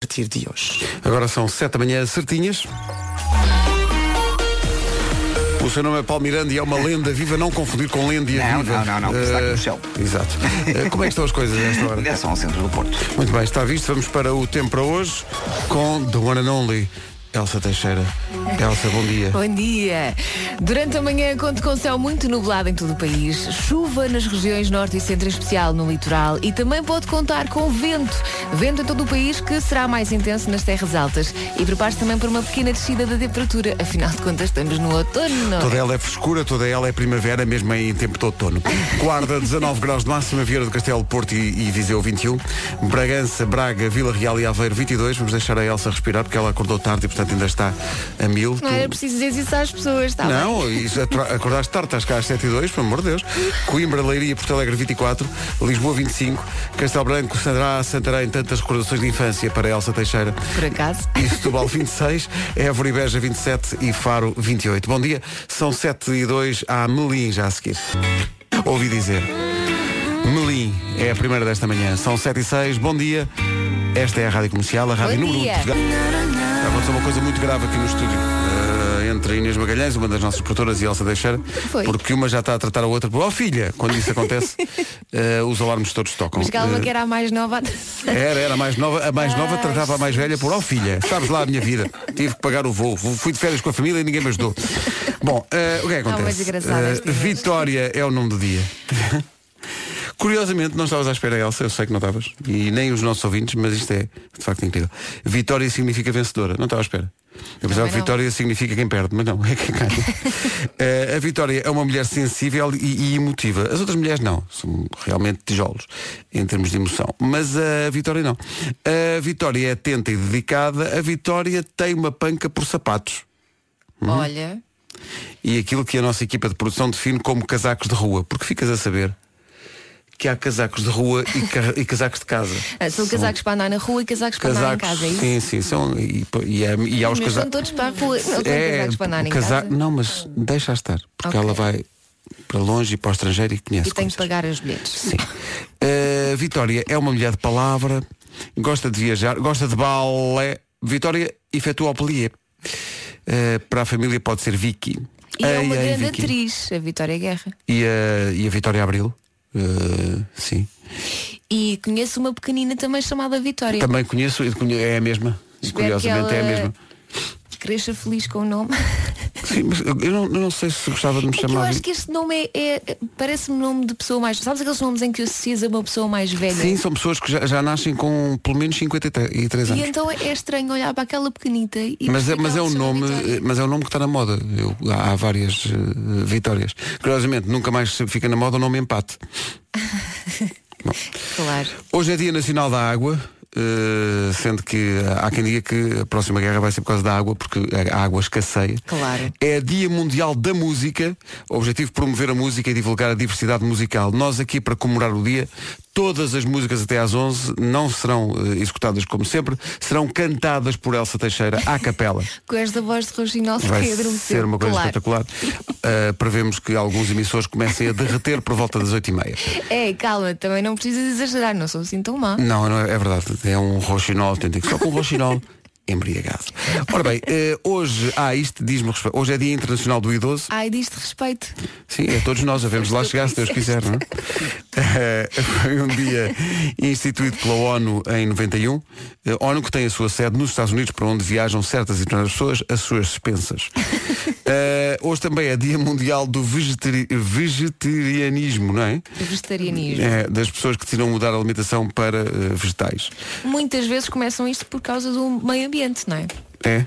partir de hoje. Agora são sete da manhã certinhas. O seu nome é Paulo Miranda e é uma lenda viva, não confundir com lenda Não, viva. não, não, não, está aqui no Eh, céu. Exato. Eh, como é que estão as coisas nesta hora? É só ao centro do Porto. Muito bem, está visto. Vamos para o tempo para hoje com The One and Only, Elsa Teixeira. Elsa, bom dia. Bom dia! Durante a manhã conto com céu muito nublado em todo o país, chuva nas regiões norte e centro, em especial no litoral, e também pode contar com vento. Vento em todo o país que será mais intenso nas terras altas. E prepare-se também para uma pequena descida da temperatura, afinal de contas estamos no outono. Toda ela é frescura, toda ela é primavera, mesmo em tempo de outono. Guarda, 19 graus de máxima, Vieira do Castelo, Porto e, e Viseu, 21. Bragança, Braga, Vila Real e Aveiro, 22. Vamos deixar a Elsa respirar, porque ela acordou tarde e, portanto, ainda está a mil. Não Tu- era preciso dizer isso às pessoas, está bem? Não, isso, atro- acordaste tarde, estás cá às 7 e 2, pelo amor de Deus. Coimbra, Leiria, Porto Alegre 24, Lisboa 25, Castelo Branco, Sandrá, Santarém, tantas recordações de infância para Elsa Teixeira. Por acaso? E Setúbal 26, Évora e Beja 27 e Faro 28. Bom dia, são 7 e 2 à Melim já a seguir. Ouvi dizer. Melim é a primeira desta manhã. São 7 e 6, bom dia. Esta é a Rádio Comercial, a Rádio Bom Número 1 de dia. Portugal. Aconteceu uma coisa muito grave aqui no estúdio. eh, entre Inês Magalhães, uma das nossas produtoras, e Elsa Deixeira, Foi. porque uma já está a tratar a outra por, oh filha, quando isso acontece, eh, os alarmes todos tocam. Mas calma Eh, que era a mais nova. era, era a mais nova, a mais nova Ai, tratava a mais velha por ó filha, sabes lá a minha vida. Tive que pagar o voo. Fui de férias com a família e ninguém me ajudou. Bom, eh, o que é que Não, mas acontece? engraçado Eh, esta vez. Vitória é o nome do dia. Curiosamente, não estavas à espera, Elsa, eu sei que não estavas, e nem os nossos ouvintes, mas isto é de facto incrível. Vitória significa vencedora, não estava à espera. Eu Também pensava que não. vitória significa quem perde, mas não, é quem ganha. Eh, a Vitória é uma mulher sensível e, e emotiva. As outras mulheres não, são realmente tijolos em termos de emoção, mas a Vitória não. A Vitória é atenta e dedicada, a Vitória tem uma panca por sapatos. Uhum. Olha, E aquilo que a nossa equipa de produção define como casacos de rua, porque ficas a saber que há casacos de rua e, ca- e casacos de casa. ah, são casacos para andar na rua e casacos para andar em casa, é isso? sim, sim, são, e, e, há- e há os Mas são casacos. todos para a rua, não são casacos para andar em casa- casa. É, Não, mas deixa estar, porque Ok. ela vai para longe e para o estrangeiro e conhece. E tenho coisas. que pagar os bilhetes. Sim. Uh, Vitória é uma mulher de palavra, gosta de viajar, gosta de balé. Vitória efetua o pelier. Uh, para a família pode ser Vicky. E é uma Ei, ei, grande Vicky. atriz, a Vitória Guerra. E a, e a Vitória Abril. Uh, sim. E conheço uma pequenina também chamada Vitória. Também conheço, e conhe- é a mesma. Espero Curiosamente que é a ela mesma. Cresça feliz com o nome. Sim, mas eu não, eu não sei se gostava de me É que eu chamar. acho Vi- que este nome é, é- parece-me nome de pessoa mais. Sabes aqueles nomes em que associa uma pessoa mais velha? Sim, são pessoas que já, já nascem com pelo menos 53 E anos. então é estranho olhar para aquela pequenita e Mas perceber é, que mas é ela um se chama nome, Vitória. eh, mas é um nome que está na moda. Eu- há há várias eh, vitórias. Curiosamente, nunca mais se fica na moda o nome empate. Claro. Hoje é Dia Nacional da Água. eh, sendo que há quem diga que a próxima guerra vai ser por causa da água, porque a água escasseia. Claro. É Dia Mundial da Música, objetivo é promover a música e divulgar a diversidade musical. Nós aqui para comemorar o dia, todas as músicas até às 11 não serão eh, executadas como sempre, serão cantadas por Elsa Teixeira à capela. Com esta voz de Roginol Vai que adormeceu. ser uma coisa claro. espetacular. Uh, prevemos que alguns emissores comecem a derreter por volta das 8h30. É, calma, também não precisas exagerar, não sou assim tão má. Não, não é, é verdade. É um roxinol autêntico. Só com um roxinol embriagado. Ora bem, uh, hoje, ah, isto diz-me respeito. Hoje é Dia Internacional do Idoso. Ai, diz-te respeito. Sim, é todos nós, havemos de lá chegar se Deus quiser, não é? Eh, Foi um dia instituído pela ONU em 91, eh, ONU que tem a sua sede nos Estados Unidos, para onde viajam certas e determinadas pessoas, as suas suspensas. Eh, hoje também é Dia Mundial do vegetari- Vegetarianismo, não é? Vegetarianismo. É, das pessoas que decidiram mudar a alimentação para eh, vegetais. Muitas vezes começam isto por causa do meio ambiente, não é? É? Eh,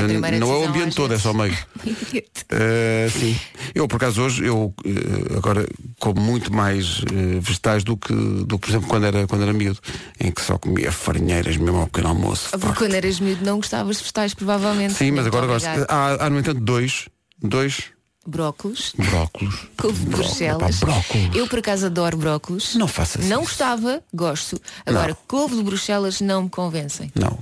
A primeira Não é o decisão, ambiente às todo, é vezes. só o meio. Meio ambiente. Uh, sim. Eu, por acaso, hoje, eu uh, agora como muito mais uh, vegetais do que, do que, por exemplo, quando era, quando era miúdo, em que só comia farinheiras mesmo ao pequeno almoço. Porque Fuck. quando eras miúdo não gostavas de vegetais, provavelmente. Então Sim, mas Muito agora gosto. obrigada. Há, há, no entanto, dois, dois Brócolos, brócolos. couve de Bró- Bruxelas. Epá, brócolos. Eu por acaso adoro brócolos. Não faças Não isso. gostava, gosto. Agora, Não. couve de Bruxelas não me convencem. Não.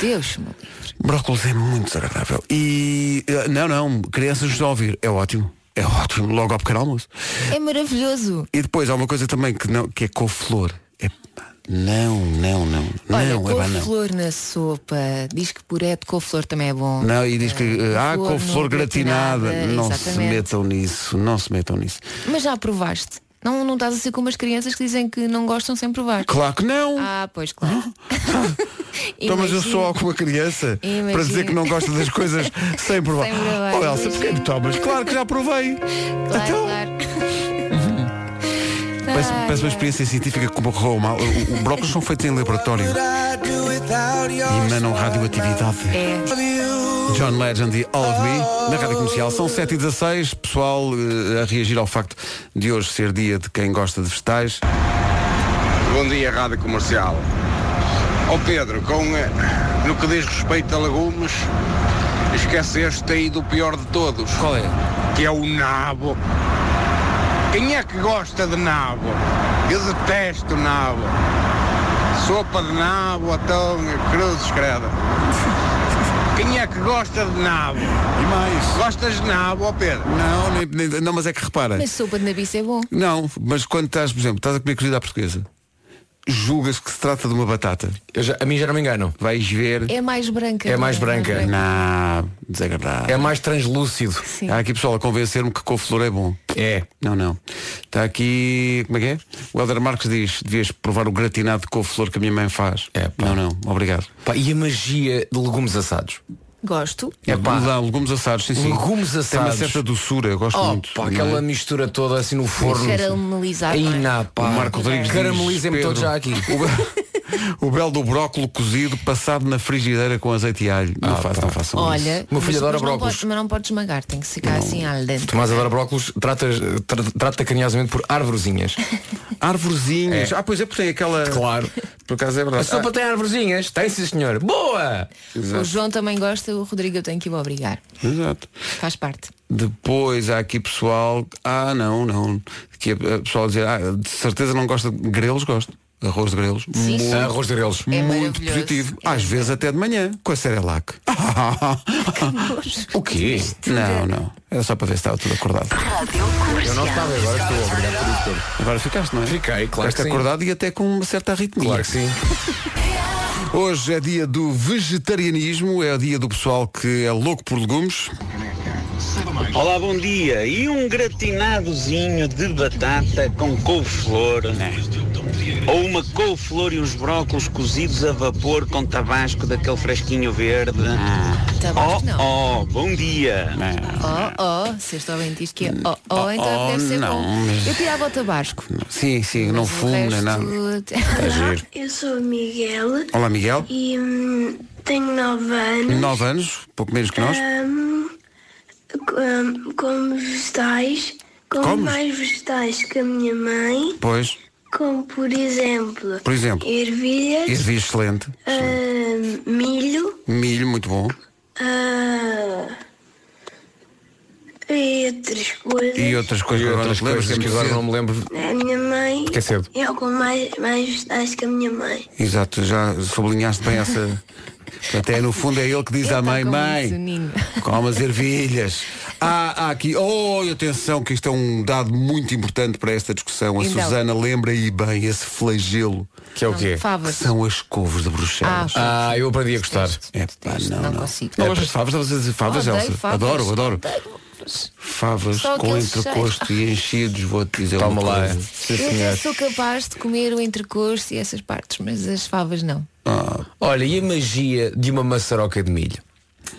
Deus me livre. Brócolos é muito desagradável. E, uh, não, não, crianças estão a ouvir. É ótimo. É ótimo, logo ao pequeno almoço. É maravilhoso. E depois há uma coisa também que, não, que é couve-flor. É, pá, Não, não, não. Olha, não, é pá, não. couve-flor na sopa. Diz que puré de couve-flor também é bom. Não, e diz que eh, ah, Couve-flor com flor no gratinada. gratinada, Não se exatamente. metam nisso, não se metam nisso. Mas já provaste. Não, não estás a ser como as crianças que dizem que não gostam sem provar. Claro que não. Ah, pois claro. Então, mas eu Imagina. sou alguma criança Imagina. para dizer que não gosta das coisas sem provar. Sem provar. Oh Elsa, porquê me tomas? Claro que já provei. Claro, Então, claro. Parece, Ai, parece uma ai. experiência científica que correu mal. O, o brócolis são feitos em laboratório e emanam radioatividade. É. John Legend e All of Me na Rádio Comercial. São 7h16, pessoal eh, a reagir ao facto de hoje ser dia de quem gosta de vegetais. Bom dia, Rádio Comercial. Ó Pedro, com, eh, no que diz respeito a legumes, esqueceste aí do pior de todos, Qual é? que é o nabo. Quem é que gosta de nabo? Eu detesto nabo. Sopa de nabo, então, cruzes, credo. Quem é que gosta de nabo? E mais? Gostas de nabo, ó Pedro? Não, nem- nem- não, mas é que repara. Mas sopa de nabiça é bom. Não, mas quando estás, por exemplo, estás a comer cozida à portuguesa, julgas que se trata de uma batata. Eu já- a mim já não me enganam. Vais ver. É mais branca. É não mais branca. Não, desagradável. É mais translúcido. Sim. Há aqui pessoal a convencer-me que couve-flor é bom. É. Não, não. Está aqui. Como é que é? O Helder Marques diz: devias provar o gratinado de couve-flor que a minha mãe faz. É, pá. não, não. Obrigado. Pá, e a magia de legumes assados? Gosto. É Epá. pá. Legumes assados, sim, sim. Legumes Tem uma assados. certa doçura, eu gosto Oh, muito. pá, não é? aquela mistura toda assim no forno. Caramelizado. Aí não é? na pá. O Marco Rodrigues diz, Caramelizem-me Pedro, todos já aqui. O, be- o belo do brócolo cozido passado na frigideira com azeite e alho. não Ah, faço, pá. não façam Olha, Meu filho mas- adora mas não brócolos. pode- Mas não podes esmagar, tem que ficar assim al dente. Tomás adora brócolos, trata, tra- trata carinhosamente por árvorezinhas. isso. Arvorezinhas. Ah, pois é, porque tem aquela. Claro. Por acaso é A verdade. sopa tem árvorezinhas? Tem sim senhor. Boa! O João também gosta, o Rodrigo eu tenho que o obrigar. Ah, exato. Faz parte. Depois há aqui pessoal. Ah, não, não. Que é é pessoal a dizer, ah, de certeza não gosta de grelos, gosto. Arroz de grelos. Sim, sim. Arroz de grelos. É Muito maravilhoso. positivo. Às vezes até de manhã, com a Cerelac. O quê? Não, não. Era só para ver se estava tudo acordado. Eu não estava agora, estou obrigado por isso todo. Agora ficaste, não é? Fiquei, claro Ficaste que sim. acordado e até com uma certa arritmia. Claro que sim. Hoje é dia do vegetarianismo, é o dia do pessoal que é louco por legumes. Olá, bom dia. E um gratinadozinho de batata com couve-flor. né? Ou uma couve-flor e uns brócolos cozidos a vapor com tabasco daquele fresquinho verde. Tabasco não. oh, oh, bom dia. Oh, oh, se eu estou bem diz que é oh, oh, então oh, deve ser não, bom. mas- Eu tirava o tabasco. Sim, sim, não mas o fumo nem resto- nada. É giro. Eu sou o Miguel Olá, Miguel. e hum, tenho 9 anos. 9 anos, pouco menos que nós. Hum, co- hum, como vegetais, como Comes? mais vegetais que a minha mãe, Pois, como por exemplo, Por exemplo? ervilhas, ervilha excelente. hum, milho Milho, muito bom. ah, e outras coisas. E outras coisas E que agora não outras te lembras. coisas que quer agora dizer. não me lembro. A minha mãe Que é cedo. eu como mais, mais vegetais que a minha mãe. Exato, já sublinhaste bem essa. Até no fundo é ele que diz Ele à tá mãe, com um mãe, soninho." coma as ervilhas. Há, há aqui, oh, e atenção, que isto é um dado muito importante para esta discussão. A Então. Susana lembra aí bem esse flagelo Que é o quê? que Favas. são as couves de Bruxelas. Ah, Ah, eu aprendi a gostar. É pá, Detesto, não, não não. consigo. Não gostas de favas? Estavas a dizer favas, Odeio Elsa? favas. Adoro, adoro. Odeio Favas Só com aqueles entrecosto e enchidos, vou-te dizer Toma uma lá. coisa. Eu Sim, até senhor. sou capaz de comer o entrecosto e essas partes, mas as favas não. Olha, e a magia de uma maçaroca de milho?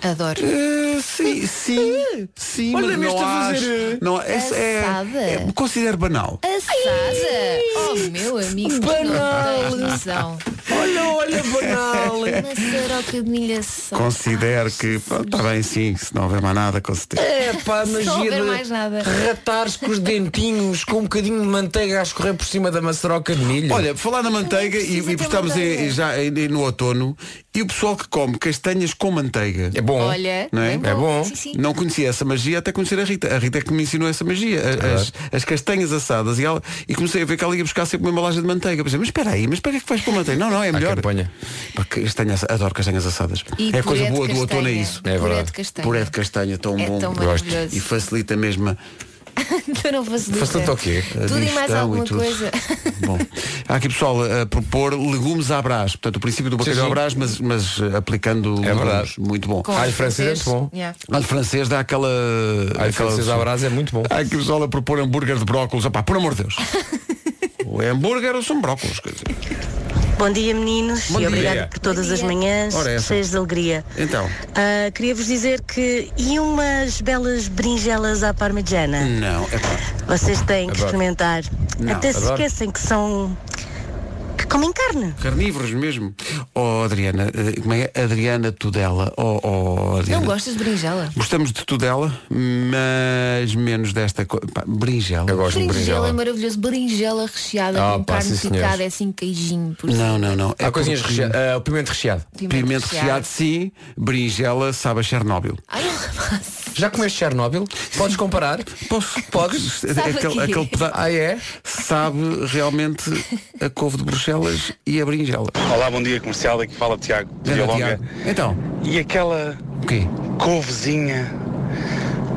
Adoro. Eh, sim, sim, sim, Olha, mas veste não a há- fazer, eh, não há- esse é, assada. é- considero banal. Assada! Oh meu amigo, tu não tens noção. Olha, olha, banal. Uma saroca de milho assada. Considero que está bem Ah, sim, se não houver mais nada, com certeza. É pá, a Se não magia houver de mais nada. ratares com os dentinhos, com um bocadinho de manteiga a escorrer por cima da maçaroca de milho. Olha, por falar na manteiga e, precisa e ter estamos em- manteiga. já em- em- no outono e o pessoal que come castanhas com manteiga. é bom. Olha, Não é? bem É bom. Sim, sim. Não conhecia essa magia até conhecer a Rita. A Rita é que me ensinou essa magia. É A- As, as castanhas assadas. E, ela, e comecei a ver que ela ia buscar sempre uma embalagem de manteiga. Pensei, mas espera aí, mas para que é que vais com manteiga? Não, não, é melhor. campanha. Pá, castanha assa- adoro castanhas assadas. E é a puré coisa de boa do outono, é castanha. isso. É Puré verdade. de castanha. Puré de castanha, tão É bom. tão maravilhoso. E facilita mesmo a- Então não facilita. Facilita o quê? A Tudo e mais digestão alguma tudo. coisa. Bom, há aqui pessoal a, a propor legumes à brás. Portanto, o princípio do bacalhau Sim, à sim. brás, mas, mas eh, aplicando legumes. verdade. Muito bom. Com Alho alho francês é muito bom. Yeah. Alho francês dá aquela... Ai, aquela- francês à brasa é muito bom. Há aqui pessoal a propor hambúrguer de brócolos. Opá, por amor de Deus. ou é hambúrguer ou são brócolos. quer dizer. Bom dia, meninos, Bom e dia. obrigado por todas Bom as dia. manhãs Ora, essa. cheias de alegria. Então, Ah, queria vos dizer que e umas belas berinjelas à parmegiana? não, é pá. Vocês têm que Adoro. experimentar. Não, Até se adoro. esquecem que são. que comem carne. Carnívoros mesmo. Oh, Adriana, eh, como é? Adriana Tudela. Oh, oh, Adriana. Não gostas de berinjela? Gostamos de Tudela, mas menos desta coisa. Brinjela. Eu gosto de Berinjela é berinjela. maravilhoso. Berinjela recheada Ah, com pá, carne sim, senhores. picada, é assim queijinho. Por Não, não, não. É Há coisinhas porque recheadas. Ah, o pimento recheado. Pimenta, Pimento recheado, sim. Berinjela sabe a Chernobyl. Ai, rapaz. Já comeste Chernobyl? Podes comparar? Posso? Podes? Sabe aquele, aqui. aquele peda- Ah, é? Sabe realmente a couve de Bruxelas e a berinjela. Olá, bom dia comercial, aqui fala Tiago de Ganda é. Vilonga. Tiago. Então, E aquela o quê? couvezinha,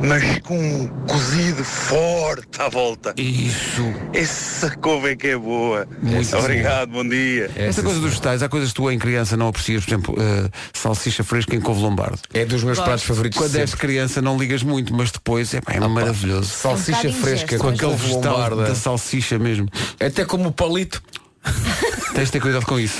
mas com um cozido forte à volta. Isso. Essa couve é que é boa. Muito Obrigado, bom dia. Essa coisa dos vegetais, há coisas que tu em criança não aprecias, por exemplo, eh, salsicha fresca em couve lombardo. É dos meus pratos favoritos. Quando de és sempre. criança não ligas muito, mas depois epá, é maravilhoso. Salsicha É um bocado fresca ingesto, com mas Aquele aquele vegetal lombarda. da salsicha mesmo. Até como o palito. Tens de ter cuidado com isso.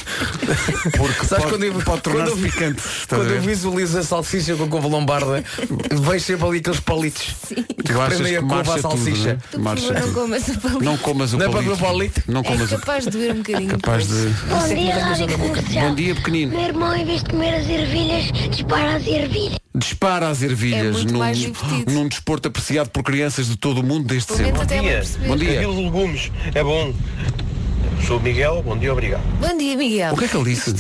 Porque Sabes pode, quando eu- pode tornar-se quando eu- picante. estás a Quando eu ver? visualizo a salsicha com a couve lombarda, vejo sempre ali aqueles palitos. Tu achas prendem que a couve à marcha tudo, salsicha. né? Tu, por Marcha favor, não tudo. comas a palito. Não comas o Não é para palito. comer palito? Não comas é o capaz de doer um bocadinho. capaz de. Bom dia, Rádio Bom Comercial. dia, pequenino. Meu irmão, em vez de comer as ervilhas, dispara as ervilhas. Dispara as ervilhas É muito num, mais divertido. num desporto apreciado por crianças de todo o mundo desde Pelo menos sempre. até ela perceber. Bom dia. legumes é bom. Sou Miguel, bom dia, obrigado. Bom dia, Miguel. O que é que ele disse?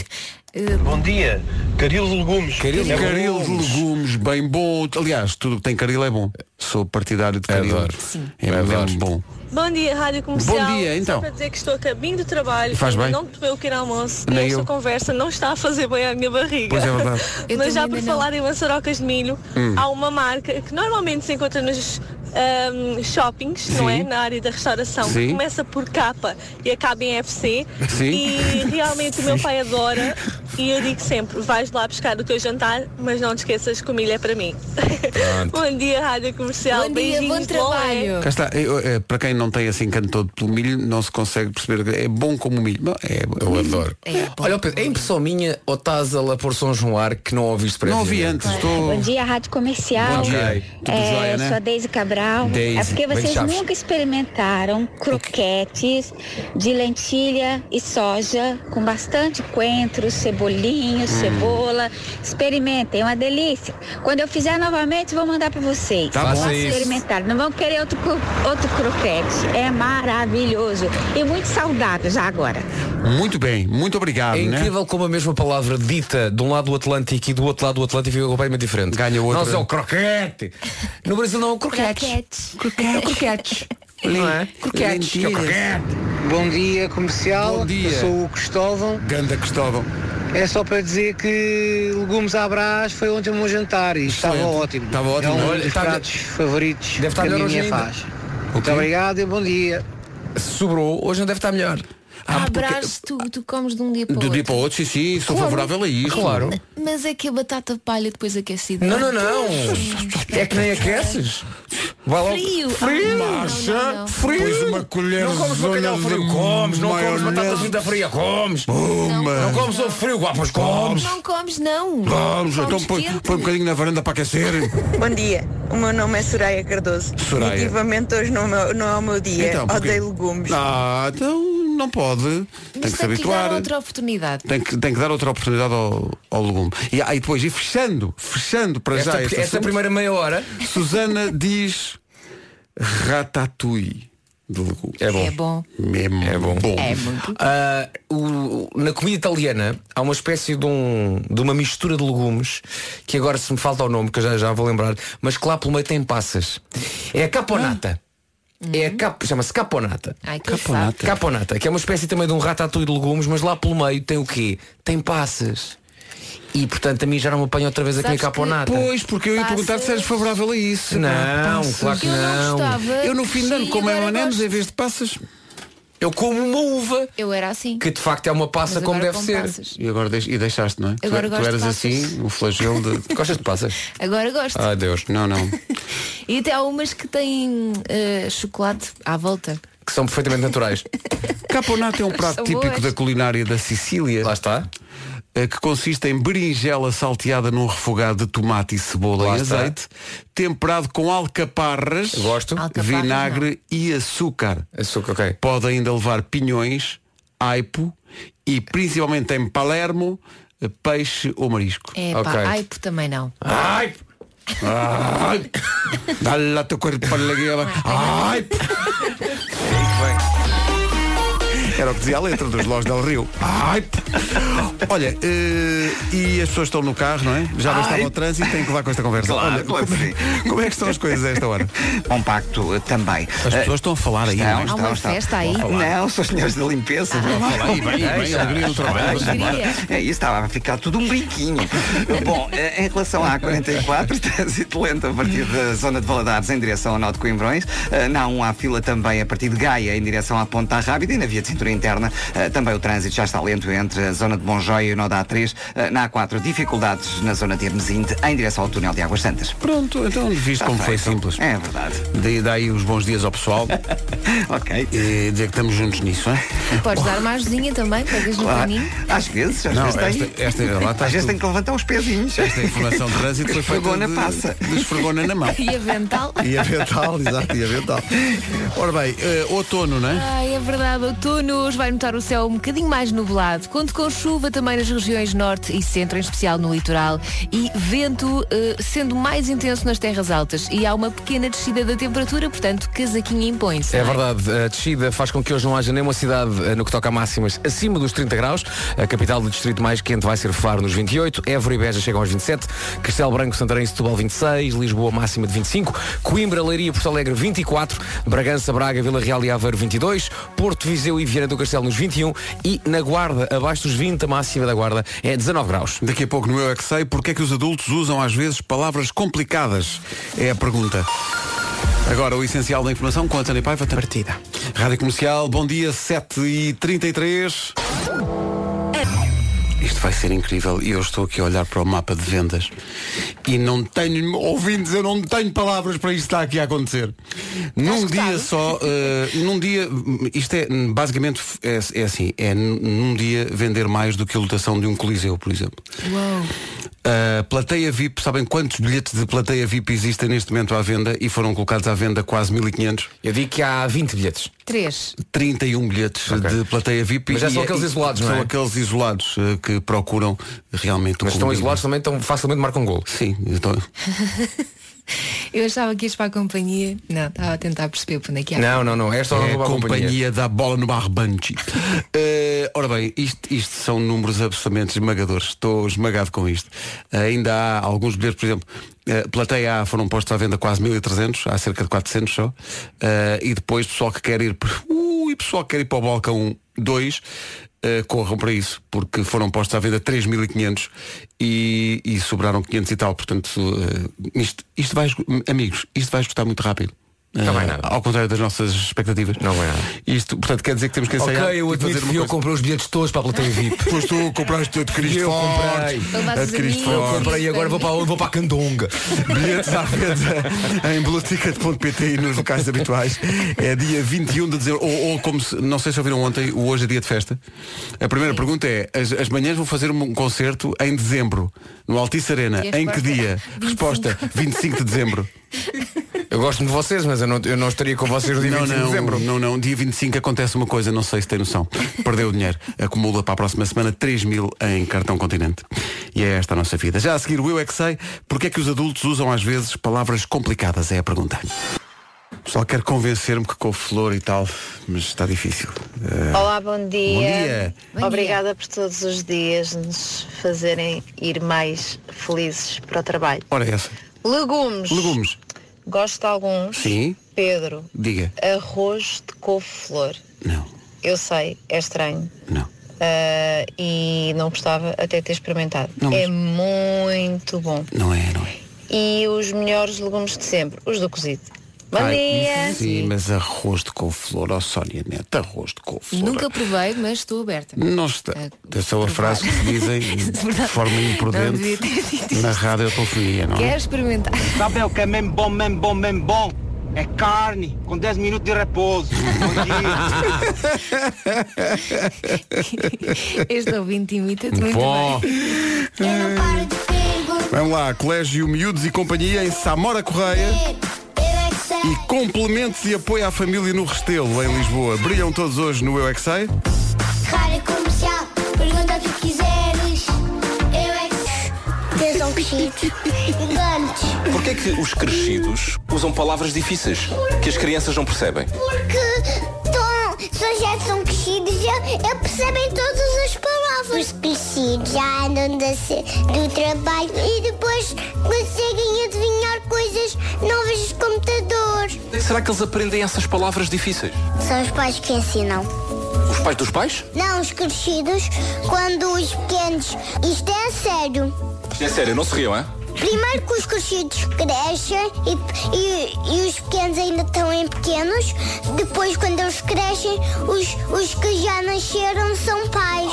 Eh, Bom dia, caril de legumes. É Caril de legumes. Caril de legumes, bem bom. Aliás, tudo o que tem caril é bom. Sou partidário de caril. Adoro. Sim. É Adoro. mesmo bom. Bom dia, Rádio Comercial. Bom dia, então. Só para dizer que estou a caminho do trabalho. Faz ainda bem. Não tomei o que ir almoço. Nem e esta eu. conversa não está a fazer bem à minha barriga. Pois é verdade. Hum. Eu Mas já também por ainda não. falar em maçarocas de milho, há uma marca que normalmente se encontra nos ahm, shoppings, não Sim. é? Na área da restauração. Sim. Que começa por capa e acaba em FC. Sim. E realmente o meu pai adora. E eu digo sempre, vais lá buscar o teu jantar, mas não te esqueças que o milho é para mim. bom dia, Rádio Comercial. Bom dia, bom Beijinhos, é? trabalho. Cá está, Eu, eh, para quem não tem assim canto todo pelo milho, não se consegue perceber. É bom como o milho. Bom, É, eu adoro. É, bom. Olha, Pedro, é impressão minha ou estás a lapor São João Ar que não ouviste para Não ouvi antes, estou. É, dia, Rádio Comercial. É, Bom dia. Ok. né? Tudo jóia, né? Deise Cabral. Deise, É porque bem vocês chaves. nunca experimentaram croquetes de lentilha e soja com bastante coentro, cebolinho, Hum. cebola. Experimentem, é uma delícia. Quando eu fizer novamente, vou mandar para vocês. Tá Faça bom. isso. Experimentar, não vão querer outro, cro- outro croquete. É maravilhoso e muito saudável já agora. Muito bem, muito obrigado. É né? incrível como a mesma palavra dita de um lado do Atlântico e do outro lado do Atlântico fica completamente diferente. Ganha outra. Nós é o croquete. No Brasil não é o croquete. Croquetes. Croquetes. Não é? Croquetes. Lentilhas. Bom dia, comercial. Bom dia. Eu sou o Cristóvão. Ganda Cristóvão. É só para dizer que legumes à brás foi ontem o meu jantar e estava Excelente. ótimo. Estava ótimo. É um Olha, dos está- pratos favoritos Deve estar que a melhor minha hoje mulher ainda. faz. Muito obrigado e bom dia. Sobrou, hoje não deve estar melhor. Ah, porque- brás, tu, tu comes de um dia para o Do dia outro. para o outro, sim, sim, sou favorável a isso. Claro. Mas é que a batata palha depois aquecida. Não, não, não. É que nem aqueces. Vai lá. Frio. Frio. Ah, não, não, não. Frio. Pôs uma colher não comes bacalhau de frio. Comes. Não comes maionese. batatas muito fria. Comes. Não Uma. comes ovo frio. Ah, pois comes. Não comes, não. Vamos, Comes então põe, quente. põe um bocadinho na varanda para aquecer. Bom dia, o meu nome é Soraya Cardoso. Soraya. Definitivamente hoje não, é o meu- não é o meu dia. Então, porquê? Odeio legumes. Ah, então não pode. Tem Mas que se tem que lhe dar habituar. outra oportunidade. Tem que, tem que dar outra oportunidade ao, ao legume. E aí depois, e fechando, fechando para Esta, já este esta assunto, primeira meia hora. Susana diz ratatouille de legumes. É bom. É bom. Mesmo É bom. É muito. Ah, o- na comida italiana há uma espécie de, um- de uma mistura de legumes que agora se me falta o nome que eu já, já vou lembrar, mas que lá pelo meio tem passas. É a caponata. É a cap, chama-se caponata. Ai, que sabe. Caponata, que é uma espécie também de um ratatouille de legumes, mas lá pelo meio tem o quê? Tem passas. E portanto a mim já não me apanha outra vez aqui a Sabes caponata. que- pois, porque eu ia perguntar se eras favorável a isso. Não, Passas. claro que Eu não não. gostava. Eu no fim de ano Sim, como é agora M&M's em vez de passas. Eu como uma uva. Eu era assim. Que de facto é uma passa Mas como agora como deve ser. passas. E agora deix- e deixaste, não é? Tu- Agora tu, gosto de eras passas. assim, o flagelo de. Gostas de passas? Agora gosto. Ah, Deus. Não, não. E até há umas que têm eh, chocolate à volta. Que são perfeitamente naturais. Caponata é um prato São típico boas. da culinária da Sicília. Lá está. Que consiste em berinjela salteada num refogado de tomate e cebola Lá e está. azeite, temperado com alcaparras, Alcaparras, vinagre e açúcar. Açúcar, ok. Pode ainda levar pinhões, aipo e principalmente em Palermo, eh, peixe ou marisco. É pá, aipo também não. Ai! Ai! Dá-lhe a teu corpo para guerra. Ai! Era o que dizia a letra dos Los del Rio. Ai! Olha, eh, e as pessoas estão no carro, não é? Já bastava Ai. o trânsito e têm que levar com esta conversa. Claro, Olha, claro que como, sim. como é que estão as coisas a esta hora? Compacto eh, também. As pessoas estão a falar aí, não é? Estão, Há estão, uma estão. festa aí? Não, são os senhores da limpeza. Ah. Vamos falar aí, bem, bem, Deixa, alegria no trabalho, deixa, vamos deixa. É isso, estava a ficar tudo um brinquinho. Bom, eh, em relação à A44, trânsito lento a partir da zona de Valadares em direção ao Norte de Coimbrões. Eh, Na A1 há fila também a partir de Gaia em direção à Ponta Rábida e na via de cintura interna eh, também o trânsito já está lento entre a zona de Monjóia e o Nó da A3. Eh, Na A4, dificuldades na zona de Hermesinde em direção ao túnel de Águas Santas. Pronto, então viste Está como foi feito. simples. É verdade. Daí, daí os bons dias ao pessoal. ok. E Eh, dizer que estamos juntos nisso, é? hein? E podes dar uma ajudinha também, pegas no caminho. Às vezes, às Não, vezes esta- tem. esta- é, lá está às vezes tudo. tem que levantar os pezinhos. né? Esta é informação de trânsito foi feita Esfregou na de- passa. de esfregona na mão. E avental. E avental, exato, e avental. Ora bem, eh, outono, não é? Ai, é verdade, outono hoje vai notar o céu um bocadinho mais nublado. Conto com chuva também nas regiões norte e centro, em especial no litoral, e vento eh, sendo mais intenso nas terras altas. E há uma pequena descida da temperatura, portanto, casaquinho impõe-se. É não verdade, a descida faz com que hoje não haja nenhuma cidade eh, no que toca a máximas acima dos 30 graus. A capital do distrito mais quente vai ser Faro nos 28, Évora e Beja chegam aos 27, Castelo Branco, Santarém e Setúbal 26, Lisboa máxima de 25, Coimbra, Leiria e Porto Alegre 24, Bragança, Braga, Vila Real e Aveiro 22, Porto Viseu e Vieira do Castelo nos 21 e na Guarda, abaixo dos 20, a máxima da Guarda é 19 graus. Daqui a pouco no Eu É Que Sei, porque é que os adultos usam às vezes palavras complicadas? É a pergunta. Agora, o essencial da informação com António Paiva. Partida. Rádio Comercial, bom dia, 7h33. Isto vai ser incrível e eu estou aqui a olhar para o mapa de vendas e não tenho, ouvintes, eu não tenho palavras para isto que está aqui a acontecer. Num dia só, eh, num dia, isto é hum, basicamente é, é assim, é num- num dia vender mais do que a lotação de um coliseu, por exemplo. Uau. A plateia VIP, sabem quantos bilhetes de plateia VIP existem neste momento à venda e foram colocados à venda quase 1500? Eu digo que há 20 bilhetes. Três. 31 bilhetes de plateia VIP. Mas já e- são aqueles e- isolados, não São é? aqueles isolados eh, que procuram realmente o Mas estão convívio. isolados também, tão facilmente marcam gol. Sim, então... Eu achava que ias para a companhia. Não, estava a tentar perceber por onde é que era. Não, não, não. Esta hora é não a vou à companhia, companhia. da bola no barbante. Eh, ora bem, isto, isto são números absolutamente esmagadores. Estou esmagado com isto. ainda há alguns bilhetes, por exemplo, eh, plateia A foram postos à venda quase 1300, há cerca de 400 só. Eh, e depois, pessoal que quer ir, por- ui, pessoal que quer ir para o balcão 2, eh, corram para isso, porque foram postos à venda 3.500 e, e sobraram 500 e tal. Portanto, eh, isto, isto vai, esgo- amigos, isto vai esgotar muito rápido. Não vai Eh, nada. Ao contrário das nossas expectativas. Não é. Isto, portanto, quer dizer que temos que ensaiar. Ok, eu e admito fazer uma que eu coisa. comprei os bilhetes todos para a plateia VIP. Pois tu compraste o de Cristo Eu Forte, comprei. a de Cristo Eu Forte. comprei e agora vou para onde? Vou para a Candonga. Bilhetes à venda em boloticket.pt e nos locais habituais. É dia 21 de dezembro. Ou, ou como se, não sei se ouviram ontem, o hoje é dia de festa. A primeira pergunta é, as, as manhãs vão fazer um concerto em dezembro, no Altice Arena. E a Em que resposta é 25. dia? Resposta, 25 de dezembro. Eu gosto de vocês, mas eu não, eu não estaria com vocês no dia não, 25 não, de dezembro. Não, não, dia 25 acontece uma coisa, não sei se tem noção. Perdeu o dinheiro. Acumula para a próxima semana 3 mil em cartão continente. E é esta a nossa vida. Já a seguir o Eu é que sei, porque é que os adultos usam às vezes palavras complicadas, é a pergunta. O pessoal quer convencer-me que couve flor e tal, mas está difícil. Eh, Olá, bom dia. Bom dia. Bom dia. Obrigada por todos os dias nos fazerem ir mais felizes para o trabalho. Ora é essa. Legumes. Legumes. Gosto de alguns. Sim. Pedro, Diga. arroz de couve-flor. Não. Eu sei, é estranho. Não. ah, e não gostava até ter experimentado. Não, mas- É muito bom. Não é, não é. E os melhores legumes de sempre, os do cozido. Bom Ai, dia! Sim, mas arroz de couve-flor, ó Sónia Neto, arroz de couve-flor. Nunca provei, mas estou aberta. Não está. Essa é a frase que se dizem de Verdade. forma Não imprudente devia ter dito na isto. radiotelefonia, não é? Quer experimentar? Sabe o que é mesmo bom, mesmo bom, mesmo bom? É carne com 10 minutos de repouso. Bom dia. Este ouvinte imita-te muito Bom. bem. Vamos lá, Colégio Miúdos e Companhia em Samora Correia. E complementos e apoio à família no Restelo, em Lisboa. Brilham todos hoje no Eu é Que Sei. Rádio comercial, pergunta o que quiseres. Eu é que sei. um São crescidos. Gigantes. Porquê é que os crescidos usam palavras difíceis que as crianças não percebem? Porque tão, se já são crescidos, já, já percebem todas as palavras. Os crescidos já andam da se- do trabalho e depois conseguem adivinhar coisas novas dos computadores. Será que eles aprendem essas palavras difíceis? São os pais que ensinam. Os pais dos pais? Não, os crescidos, quando os pequenos. Isto é sério. Isto é sério, não se riam, é? Primeiro que os crescidos crescem e, e- e os pequenos ainda estão em pequenos. Depois, quando eles crescem, os, os que já nasceram são pais.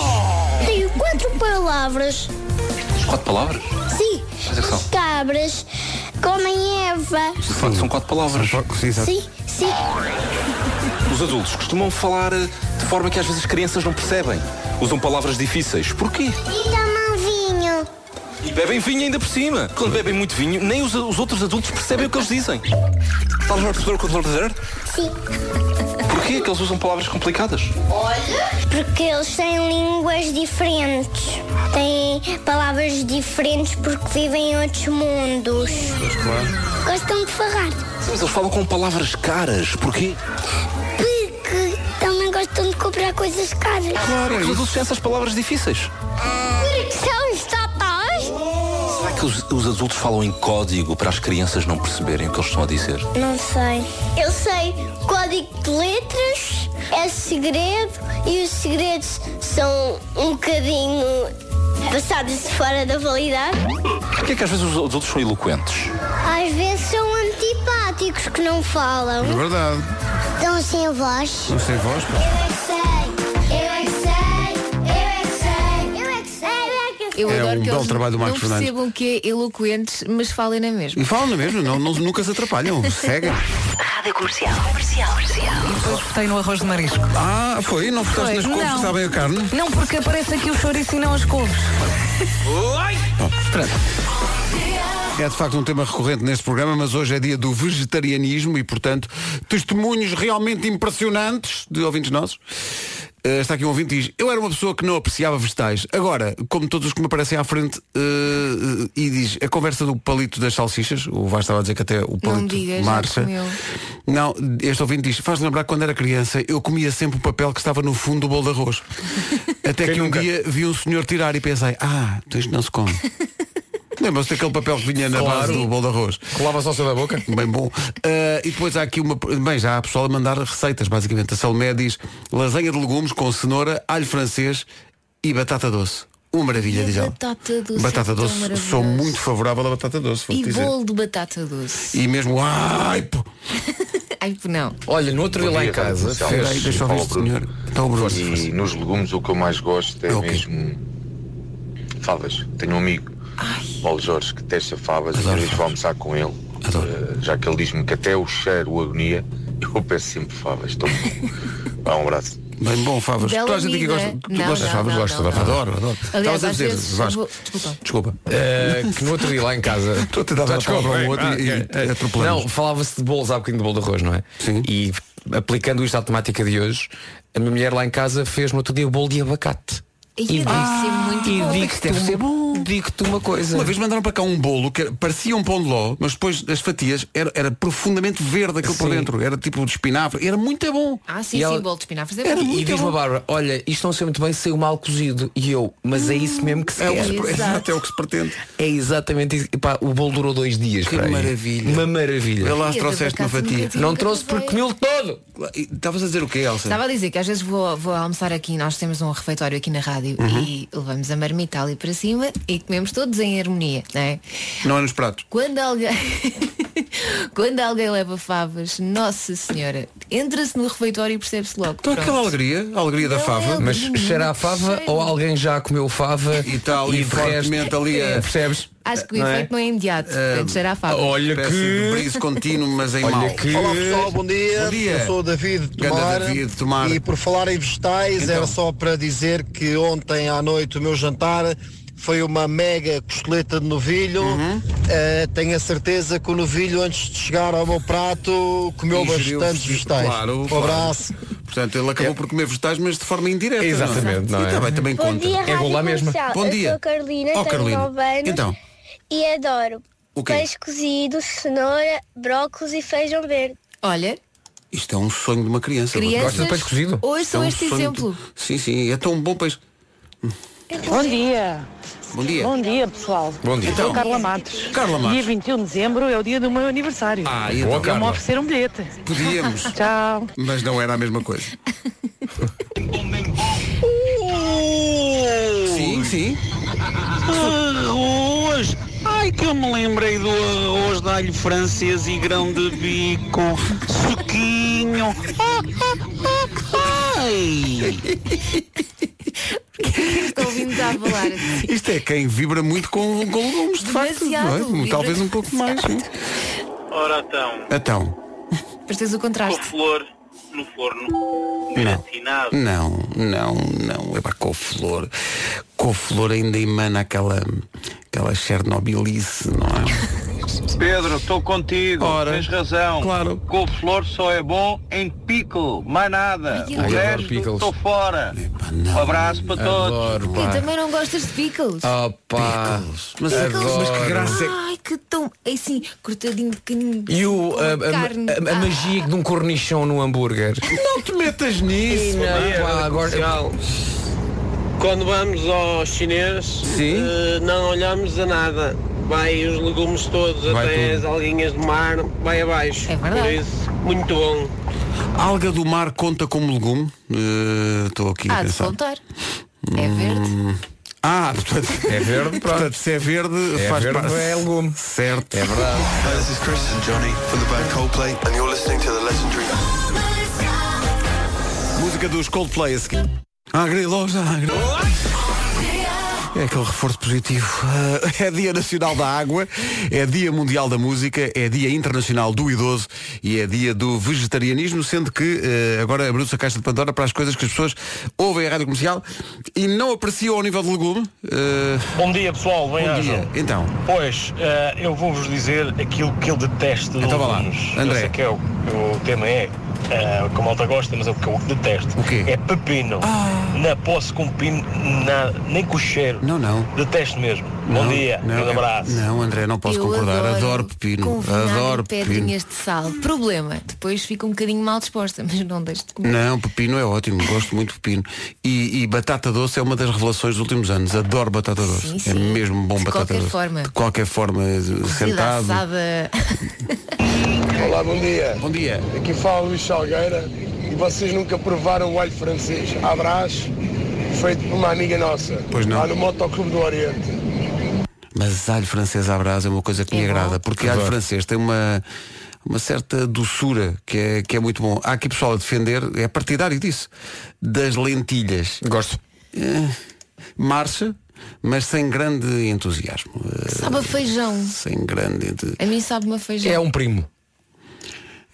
Tenho quatro palavras. As quatro palavras? Sim. Quais é que são? As cabras comem erva. De facto, são quatro palavras. Sim, sim. Os adultos costumam falar eh, de forma que às vezes as crianças não percebem. Usam palavras difíceis. Porquê? E tomam vinho. E bebem vinho ainda por cima. Quando bebem muito vinho, nem os, os outros adultos percebem o que eles dizem. Estás a perceber o que eu estou a dizer? Sim. Porquê é que eles usam palavras complicadas? Porque eles têm línguas diferentes. Têm palavras diferentes porque vivem em outros mundos. Gostam de farrar. Sim, Mas eles falam com palavras caras. Porquê? Porque também gostam de comprar coisas caras. Claro, os adultos têm É essas palavras difíceis. Porque são estatais. Será É que os, os adultos falam em código para as crianças não perceberem o que eles estão a dizer? Não sei. Eu sei código de letras, é segredo e os segredos são um bocadinho passados fora da validade. Porquê é que às vezes os adultos são eloquentes? Às vezes são antipáticos que não É? falam. É verdade. Estão sem voz. Não sei vós, Eu é que sei, eu é que sei, eu é que sei, eu é que sei, eu é que sei. Eu É adoro um que belo eles trabalho do Marcos não Fernandes. percebam que é eloquentes, mas falem na mesma. E falam mesmo, não, não- nunca se atrapalham, seguem. Rádio Comercial. Comercial. Depois votei no arroz de marisco. Ah, foi? Não votaste Foi. nas couves que Não. sabem a carne? Não, porque aparece aqui o chouriço e não as couves. Bom, pronto. É de facto um tema recorrente neste programa, mas hoje é dia do vegetarianismo e, portanto, testemunhos realmente impressionantes de ouvintes nossos. Eh, está aqui um ouvinte que diz, eu era uma pessoa que não apreciava vegetais. Agora, como todos os que me aparecem à frente, eh, eh, e diz, a conversa do palito das salsichas, o Vasco estava a dizer que até o Não me palito digas, já marcha. comeu. Não, este ouvinte diz, faz lembrar que quando era criança, eu comia sempre o papel que estava no fundo do bolo de arroz. Até que um dia vi um senhor tirar e pensei, ah, então isto não se come. Lembram-se daquele papel que vinha na Claro. base do bolo de arroz? Colava só da boca? Bem bom. Ah, e depois há aqui uma. Bem, já há pessoal a mandar receitas, basicamente. A Salomé diz lasanha de legumes com cenoura, alho francês e batata doce. Uma maravilha, diz ela. Batata doce. Batata é tão doce, maravilhosa. sou muito favorável à batata doce, vou E dizer. bolo de batata doce. E mesmo. Ai, pô, Ai, pô, É não. Olha, no outro dia lá em casa, Espera aí, fez- deixa eu ver Paulo este senhor. Então, Bruno. E nos legumes o que eu mais gosto é mesmo favas. Tenho um amigo, Paulo Jorge, que testa favas, às vezes vou almoçar com ele. Eh, já que ele diz-me que até o cheiro, o agonia, eu peço sempre favas. Estou Vá, um abraço. Bem bom, favas. Bela Toda a gente aqui amiga. gosta. Tu Não, gostas de não, favas? não, Gosto, não, adoro, não. adoro, adoro. Aliás, Estavas a às dizer, vezes Vasco. vou- Desculpa. Desculpa. Eh, que no outro dia lá em casa. ah, Estou a tentar dar a palavra ao outro e- e atropelamos. Não, falava-se de bolos há bocadinho de bolo de arroz, não é? Sim. E aplicando isto à temática de hoje, a minha mulher lá em casa fez no outro dia bolo de abacate. E deve ser muito Ah, e bom. digo-te digo-te uma coisa. Uma vez mandaram para cá um bolo que era- parecia um pão de ló, mas depois as fatias era, era profundamente verde aquilo por dentro. Era tipo de espinafre. Era muito bom. Ah, sim, E sim, ela- bolo de espinafres é E- bom. e diz-me a Bárbara, olha, isto não saiu muito bem, saiu mal cozido. E eu, mas é isso mesmo que se É o quer. que se- Exato. exato, é o que se pretende. É exatamente isso. Epá, o bolo durou dois dias. Que pá, aí. maravilha. Uma maravilha. Eu lá E eu trouxeste por uma acaso fatia. nunca tive, Não nunca trouxe porque comi todo. Estavas a dizer o quê, Elsa? Estava a dizer que às vezes vou, vou almoçar aqui, nós temos um refeitório aqui na rádio Uhum. e levamos a marmita ali para cima e comemos todos em harmonia, não é? Não é nos pratos. Quando alguém, quando alguém leva favas, Nossa Senhora, entra-se no refeitório e percebe-se logo. Então aquela alegria, a alegria da é um fava. Mas cheira a fava ou alguém já comeu fava e tal ali fortemente ali a- percebes? Acho que o Não é? efeito não é imediato, Ah, portanto cheira a favas. Espécie de briso contínuo, mas em Olha mau. que- Olá, pessoal, bom dia. Bom dia. Eu sou o David de Ganda Tomar. David de Tomar. E por falar em vegetais, Então. era só para dizer que ontem à noite o meu jantar foi uma mega costeleta de novilho. Uhum. Eh, tenho a certeza que o novilho, antes de chegar ao meu prato, comeu Ingeriu bastantes vegeta- vegetais. Claro, um claro. abraço. Portanto, ele acabou por comer vegetais, mas de forma indireta. Exatamente, Não é? não E é? também, também Bom conta. dia, Rádio Comercial. Bom Eu dia. sou a Carolina, Oh, tenho Carolina. 9 anos Então. e adoro O quê? peixe cozido, cenoura, brócolis e feijão verde. Olha, Isto é um sonho de uma criança. Crianças, Gosta de peixe cozido? ouçam Isto é um este sonho exemplo. de- Sim, sim, é tão bom peixe. Bom dia. Bom dia. Bom dia, pessoal. Bom dia. Eu sou Então. Carla Matos. Carla Matos. Dia 21 de dezembro é o dia do meu aniversário. Ah, e eu então, me Carla? oferecer um bilhete. Podíamos. Tchau. Mas não era a mesma coisa. Sim, sim. Arroz! Ai que eu me lembrei do arroz de alho francês e grão de bico, suquinho. Ah, ah, ah, Ai! é estou ouvindo a falar. assim? Isto é quem vibra muito com, com legumes, de facto. Demasiado, não é? vibra Talvez um pouco mais. sim. Ora então, Então. Mas tens o contraste. um flor no forno. Gratinado. Não, não, não. É para couve-flor. Couve-flor ainda emana aquela, aquela Chernobylice, não é? Pedro, estou contigo. Ora, Tens razão. claro. Couve-flor só é bom em pico, mais nada. Ai, o eu adoro resto, pickles. estou fora. um abraço para Adoro, todos. E também não gostas de pickles? Opa. Mas, Ah, Adoro. mas que graça é que- Ai, que tão. É assim, cortadinho pequenino. E o, a, a- Carne. Ah. a- a magia de um cornichão no hambúrguer. Não te metas nisso. é? Não, Bom dia, pá, Rádio agora- Comercial. Quando vamos ao chinês, eh, não olhamos a nada. Vai os legumes todos, Vai até tudo. as alguinhas de mar, vai abaixo. É verdade. Por isso, muito bom. Alga do mar conta como legume? Eh, Estou aqui a Há de pensar. contar. É verde. Hum. Ah, portanto, é verde, portanto, se é verde, É faz verde, parte. é legume. Certo. É verdade. Hi, this is Chris and Johnny from the band Coldplay, and you're listening to the legendary. Música dos Coldplay a seguir. Ah, Agrilosa, agrilosa. É aquele reforço positivo. Ah, É Dia Nacional da Água, é Dia Mundial da Música, é Dia Internacional do Idoso e é Dia do Vegetarianismo, sendo que eh, agora abriu-se a caixa de Pandora para as coisas que as pessoas ouvem a rádio comercial e não apreciam ao nível de legume. eh, Bom dia, pessoal. Bem Bom ajam. dia. Então, Pois, eh, eu vou-vos dizer aquilo que eu detesto de Então vá lá, legumes. André. Eu sei que é o, o tema é, eh, o que a malta gosta, mas é o que eu detesto. É pepino. Ah. Não posso com pepino, na- nem com o cheiro. Não, não. Detesto mesmo. não, Bom dia, não, grande é- abraço. Não, André, não posso Eu concordar. Adoro, adoro pepino. Com vinagre, Adoro pepino. pedrinhas de sal. Problema, depois fica um bocadinho mal disposta, mas não deixo de comer. Não, pepino é ótimo, gosto muito de pepino. E, e batata doce é uma das revelações dos últimos anos. Adoro batata doce. Sim, É sim. mesmo bom De batata qualquer doce. forma. De qualquer forma, Comida sentado. assada. Olá, bom dia. Bom dia. Aqui fala Luís Salgueira e vocês nunca provaram o alho francês abraço, feito por uma amiga nossa. Pois não. Lá no Motoclube do Oriente. Mas alho francês à brasa é uma coisa que me agrada, porque alho francês tem uma uma certa doçura que é, que é muito bom. Há aqui pessoal a defender, é partidário disso, das lentilhas. Gosto. marcha, mas sem grande entusiasmo. Eh, Sabe a feijão. Sem grande. entu- A mim sabe-me a feijão. É um primo.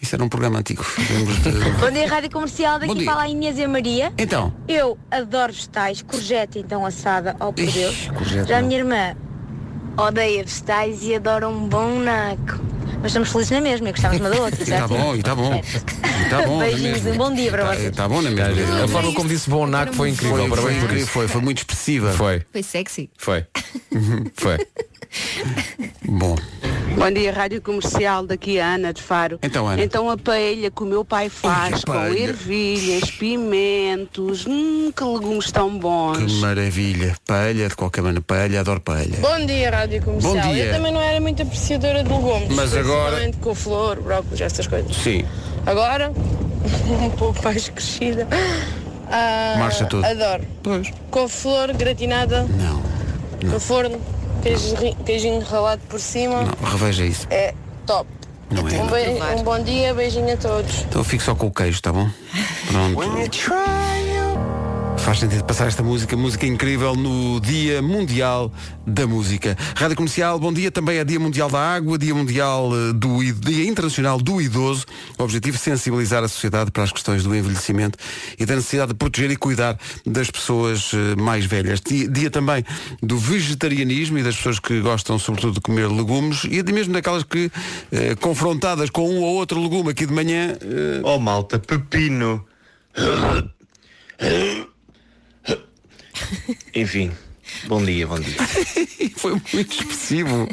Isso era um programa antigo. Vemos de- Bom dia, Rádio Comercial. Bom Daqui dia. fala a Inês e a Maria. Então. Eu adoro vegetais, corjeta então assada, oh por Ixi, Deus. courgette Já a não. minha irmã odeia vegetais e adora um bom naco. mas estamos felizes na mesma e gostávamos uma da outra. Está Tá bom, e está bom. E está bom. não é Beijinhos, mesmo? um bom dia para Tá- vocês. Tá bom, não é mesmo? A forma como disse bom naco foi incrível. Foi, Parabéns foi, por incrível, isso. foi, foi muito expressiva. Foi. Foi sexy. Foi. Foi. Bom. Bom dia, Rádio Comercial, daqui a Ana de Faro. Então, Ana. Então a paella que o meu pai faz Ui, a com paella. ervilhas, pimentos, hum, que legumes tão bons. Que maravilha. Paella, de qualquer maneira, paella, adoro paella. Bom dia, Rádio Comercial. Bom dia. Eu também não era muito apreciadora de legumes. Mas agora- principalmente Com flor, brócolis, estas coisas. Sim. Agora, um pouco mais crescida. ah, Marcha tudo. Adoro. Com flor gratinada. No forno, queijo- queijinho ralado por cima. Reveja isso. É top. Não é, um, não. bem- um bom dia, beijinho a todos. Então eu fico só com o queijo, tá bom? É Pronto. Faz sentido passar esta música, música incrível no Dia Mundial da Música. Rádio Comercial, bom dia. Também é Dia Mundial da Água, Dia Mundial eh, do I- Dia Internacional do Idoso. O objetivo é sensibilizar a sociedade para as questões do envelhecimento e da necessidade de proteger e cuidar das pessoas eh, mais velhas. Dia, dia também do vegetarianismo e das pessoas que gostam sobretudo de comer legumes e de mesmo daquelas que eh, confrontadas com um ou outro legume aqui de manhã. eh, Oh malta, pepino. Enfim, bom dia, bom dia. Foi muito expressivo.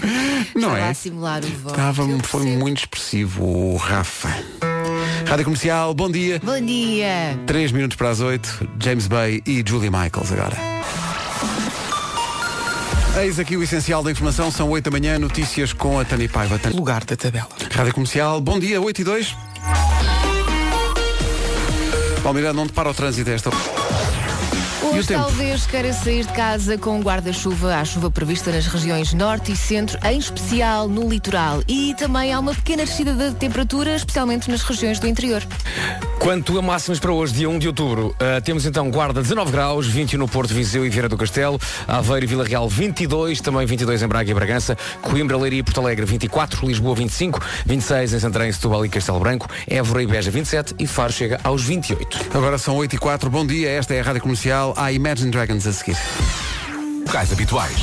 Não Estava é? a simular o voto. Estava, foi muito expressivo o Rafa. Rádio Comercial, bom dia. Bom dia. 3 minutos para as 8, James Bay e Julie Michaels agora. Eis aqui o essencial da informação, são 8 da manhã, notícias com a Tani Paiva. Lugar da tabela. Rádio Comercial, bom dia, 8 e 2. Palmeirão, onde para o trânsito a esta E o Hoje tempo? talvez queira sair de casa com um guarda-chuva. Há chuva prevista nas regiões norte e centro, em especial no litoral. E também há uma pequena descida da temperatura, especialmente nas regiões do interior. Quanto a máximas para hoje, dia 1 de outubro, eh, temos então Guarda 19 graus, 21 no Porto, Viseu e Vieira do Castelo, Aveiro e Vila Real 22, também 22 em Braga e Bragança, Coimbra, Leiria e Porto Alegre 24, Lisboa 25, 26 em Santarém, Setúbal e Castelo Branco, Évora e Beja 27 e Faro chega aos 28. Agora são 8 e 4, bom dia, esta é a Rádio Comercial, há Imagine Dragons a seguir. Locais habituais.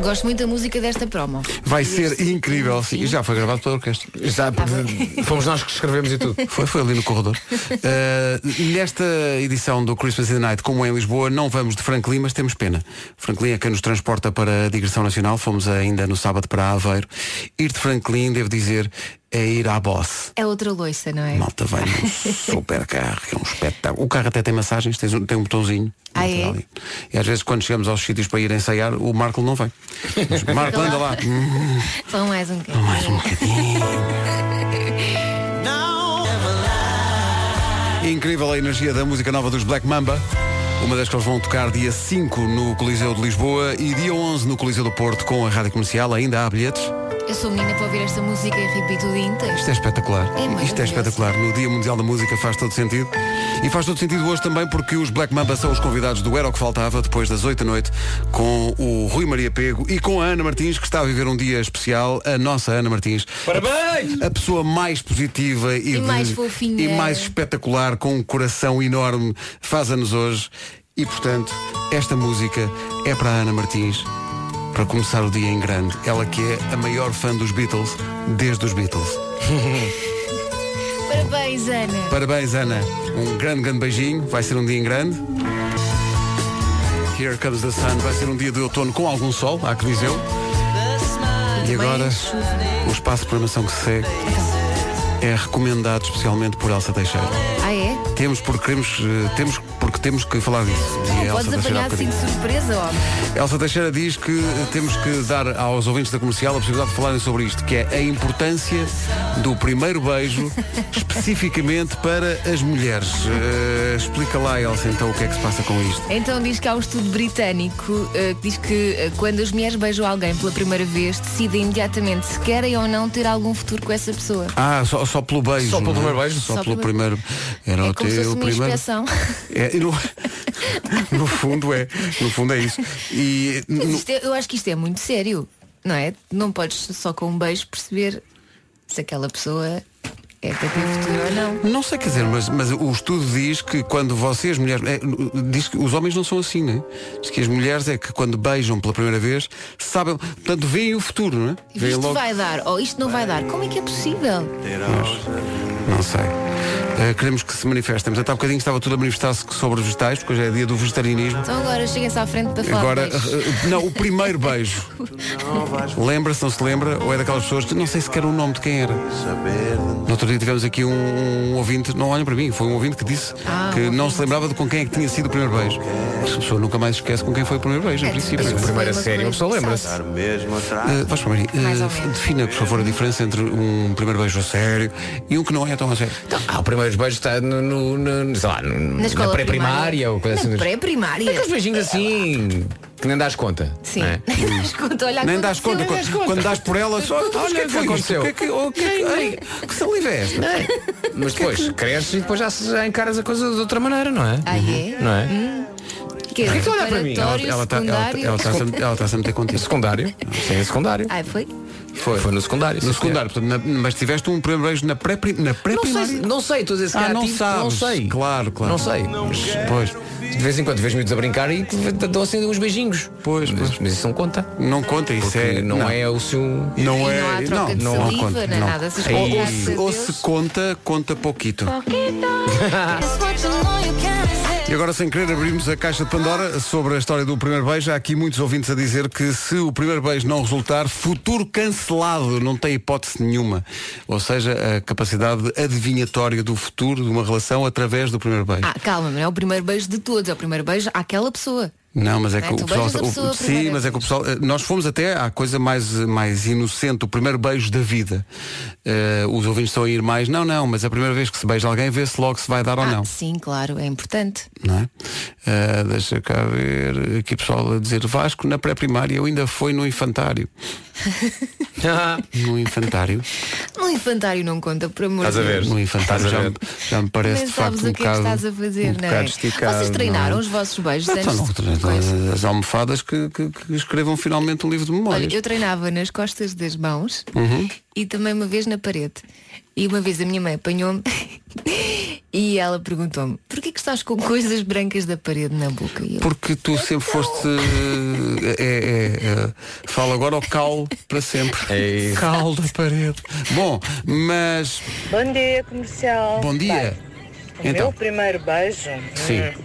Gosto muito da música desta promo. Vai ser incrível, sim. E já foi gravado pela orquestra. Ah, Já, fomos nós que escrevemos e tudo. Foi, foi ali no corredor. Uh, nesta edição do Christmas in the Night, como é em Lisboa, não vamos de Franklin, mas temos pena. Franklin é quem nos transporta para a digressão nacional. Fomos ainda no sábado para Aveiro. Ir de Franklin, devo dizer, é ir à boss. É outra loiça, não é? Malta vai num super carro, é um espetáculo. O carro até tem massagens, tens um- tem um botãozinho. Ah, é? ali. E às vezes quando chegamos aos sítios para ir ensaiar, o Marco não vai. Mas, Marco, anda lá. Hum, Só mais um bocadinho. mais um Incrível a energia da música nova dos Black Mamba. Uma das que eles vão tocar dia 5 no Coliseu de Lisboa e dia 11 no Coliseu do Porto com a Rádio Comercial. Ainda há bilhetes. Eu sou menina para ouvir esta música e repito o dia inteiro. Isto é espetacular. maravilhoso. Isto é espetacular. No Dia Mundial da Música faz todo sentido. E faz todo sentido hoje também porque os Black Mamba são os convidados do Era o que Faltava, depois das 8 da noite, com o Rui Maria Pego e com a Ana Martins, que está a viver um dia especial, a nossa Ana Martins. Parabéns! A pessoa mais positiva e, E de- mais fofinha. E mais espetacular, com um coração enorme, faz anos hoje. E portanto, esta música é para a Ana Martins. Para começar o dia em grande, ela que é a maior fã dos Beatles desde os Beatles. Parabéns, Ana. Parabéns, Ana. Um grande, grande beijinho. Vai ser um dia em grande. Here comes the sun. Vai ser um dia de outono com algum sol, há que dizer. E agora, o espaço de programação que se segue é recomendado especialmente por Elsa Teixeira. Ah, é? Temos porque queremos, eh, temos porque temos que falar disso. dizia Não Elsa podes Teixeira há apanhar assim de um bocadinho. surpresa, homem. Elsa Teixeira diz que eh, temos que dar aos ouvintes da comercial a possibilidade de falarem sobre isto, que é a importância do primeiro beijo, especificamente para as mulheres. Eh, explica lá, Elsa, então o que é que se passa com isto. Então diz que há um estudo britânico eh, que diz que eh, quando as mulheres beijam alguém pela primeira vez, decidem imediatamente se querem ou não ter algum futuro com essa pessoa. Ah, só, só pelo beijo. Só pelo não é? primeiro beijo? Só, Só pelo pelo- primeiro. Era o é como se fosse teu uma primeiro. inspeção. É, e no, no fundo é. No fundo é isso. E Mas no- isto é- eu acho que isto é muito sério, não é? Não podes só com um beijo perceber se aquela pessoa É até tem futuro ou não. Não sei, quer dizer, mas, mas o estudo diz que quando vocês, mulheres. é, diz que os homens não são assim, não é? Diz que as mulheres é que quando beijam pela primeira vez, sabem. Portanto, veem o futuro, não é? E Veem Isto logo- vai dar ou isto não vai dar. Como é que é possível? Não sei. Eh, queremos que se manifestem. Portanto, há bocadinho estava tudo a manifestar-se sobre os vegetais, porque hoje é dia do vegetarianismo. Então agora cheguem-se à frente para falar. Agora, deles. eh, não, o primeiro beijo. Lembra-se, não se lembra? Ou é daquelas pessoas que não sei sequer o nome de quem era. Saber. No outro dia tivemos aqui um, um ouvinte, não olhem para mim, foi um ouvinte que disse Ah, que um não se lembrava de com quem é que tinha sido o primeiro beijo. Essa pessoa nunca mais esquece com quem foi o primeiro beijo, É, em princípio. depois Mas o primeiro a foi uma sério, uma pessoa coisa lembra-se. só. Uh, Vasco Maria, eh, Mais ou f- menos. defina, por favor, a diferença entre um primeiro beijo a sério e um que não é tão a sério. Ah, o primeiro beijo está no, no- no- sei lá, no- Na na, escola pré-primária primária. ou coisa assim. Na dos- pré-primária. É Aqueles beijinhos assim que nem dás conta. Sim. não é? Nem dás conta, olha Nem dás aconteceu. conta, quando, quando dás por ela, só, Olha, olha, o que é que o que foi isto? aconteceu? O que é que, o que, é que, ai, que saliva é esta? Mas depois cresces e depois já, se- já encaras a coisa de outra maneira, não é? Ah, é? Não é? Que é Porquê que olha para mim? preparatório, tá- secundário. ela, tá- ela, tá- ela está sempre a meter contigo. Secundário? Sim, secundário. Ai, foi? Foi. Foi no secundário. No sim, senhor. secundário, portanto, na- mas tiveste um primeiro beijo na pré-primária. Na pré Não sei, não sei, estou a dizer se ah, calhar não tive, sabes. não sei. Claro, claro. Não sei. Mas, pois. De vez em quando vejo miúdos a brincar e te- te dão assim uns beijinhos. Pois, Mas, mas isso não conta. Não conta, isso Porque é- não, não. é o seu. Não E não há é. troca de não, saliva, conta. nem não. nada, essas Ou- ou, coisas, se, graças a ou se Deus. conta, conta pouquito. E agora, sem querer, abrimos a caixa de Pandora sobre a história do primeiro beijo. Há aqui muitos ouvintes a dizer que se o primeiro beijo não resultar, futuro cancelado, não tem hipótese nenhuma. Ou seja, a capacidade adivinhatória do futuro de uma relação através do primeiro beijo. Ah, calma, não é o primeiro beijo de todos, é o primeiro beijo àquela pessoa. Não, mas é Não é? que Tu o pessoal. beijas a o- pessoa a sim, primeira mas é que o pessoal. eh, Nós fomos até à coisa mais, eh, mais inocente, o primeiro beijo da vida. Eh, os ouvintes estão a ir mais. Não, não, mas a primeira vez que se beija alguém, vê-se logo se vai dar ou ah, não. Sim, claro, é importante. não é? Eh, deixa cá ver. Aqui o pessoal a dizer Vasco na pré-primária, eu ainda foi no infantário. no infantário. No Um infantário não conta, por amor de Estás a Deus. ver? No infantário Estás a já, ver. me- já me parece Nem de facto sabes o um que é que bocado. estás a fazer, um não bocado é? esticado, Vocês treinaram não é? os vossos beijos Então, antes não, de- eh, as almofadas que, que- que escrevam finalmente um livro de memórias. Olha, eu treinava nas costas das mãos Uhum. e também uma vez na parede. E uma vez a minha mãe apanhou-me e ela perguntou-me porquê que estás com coisas brancas da parede na boca? E eu, Porque tu sempre foste. eh, é, é, é, fala agora ou cal para sempre. É cal da parede. Bom, mas. Bom dia, comercial. Bom Bem, dia. o Então. meu primeiro beijo. Sim. hum,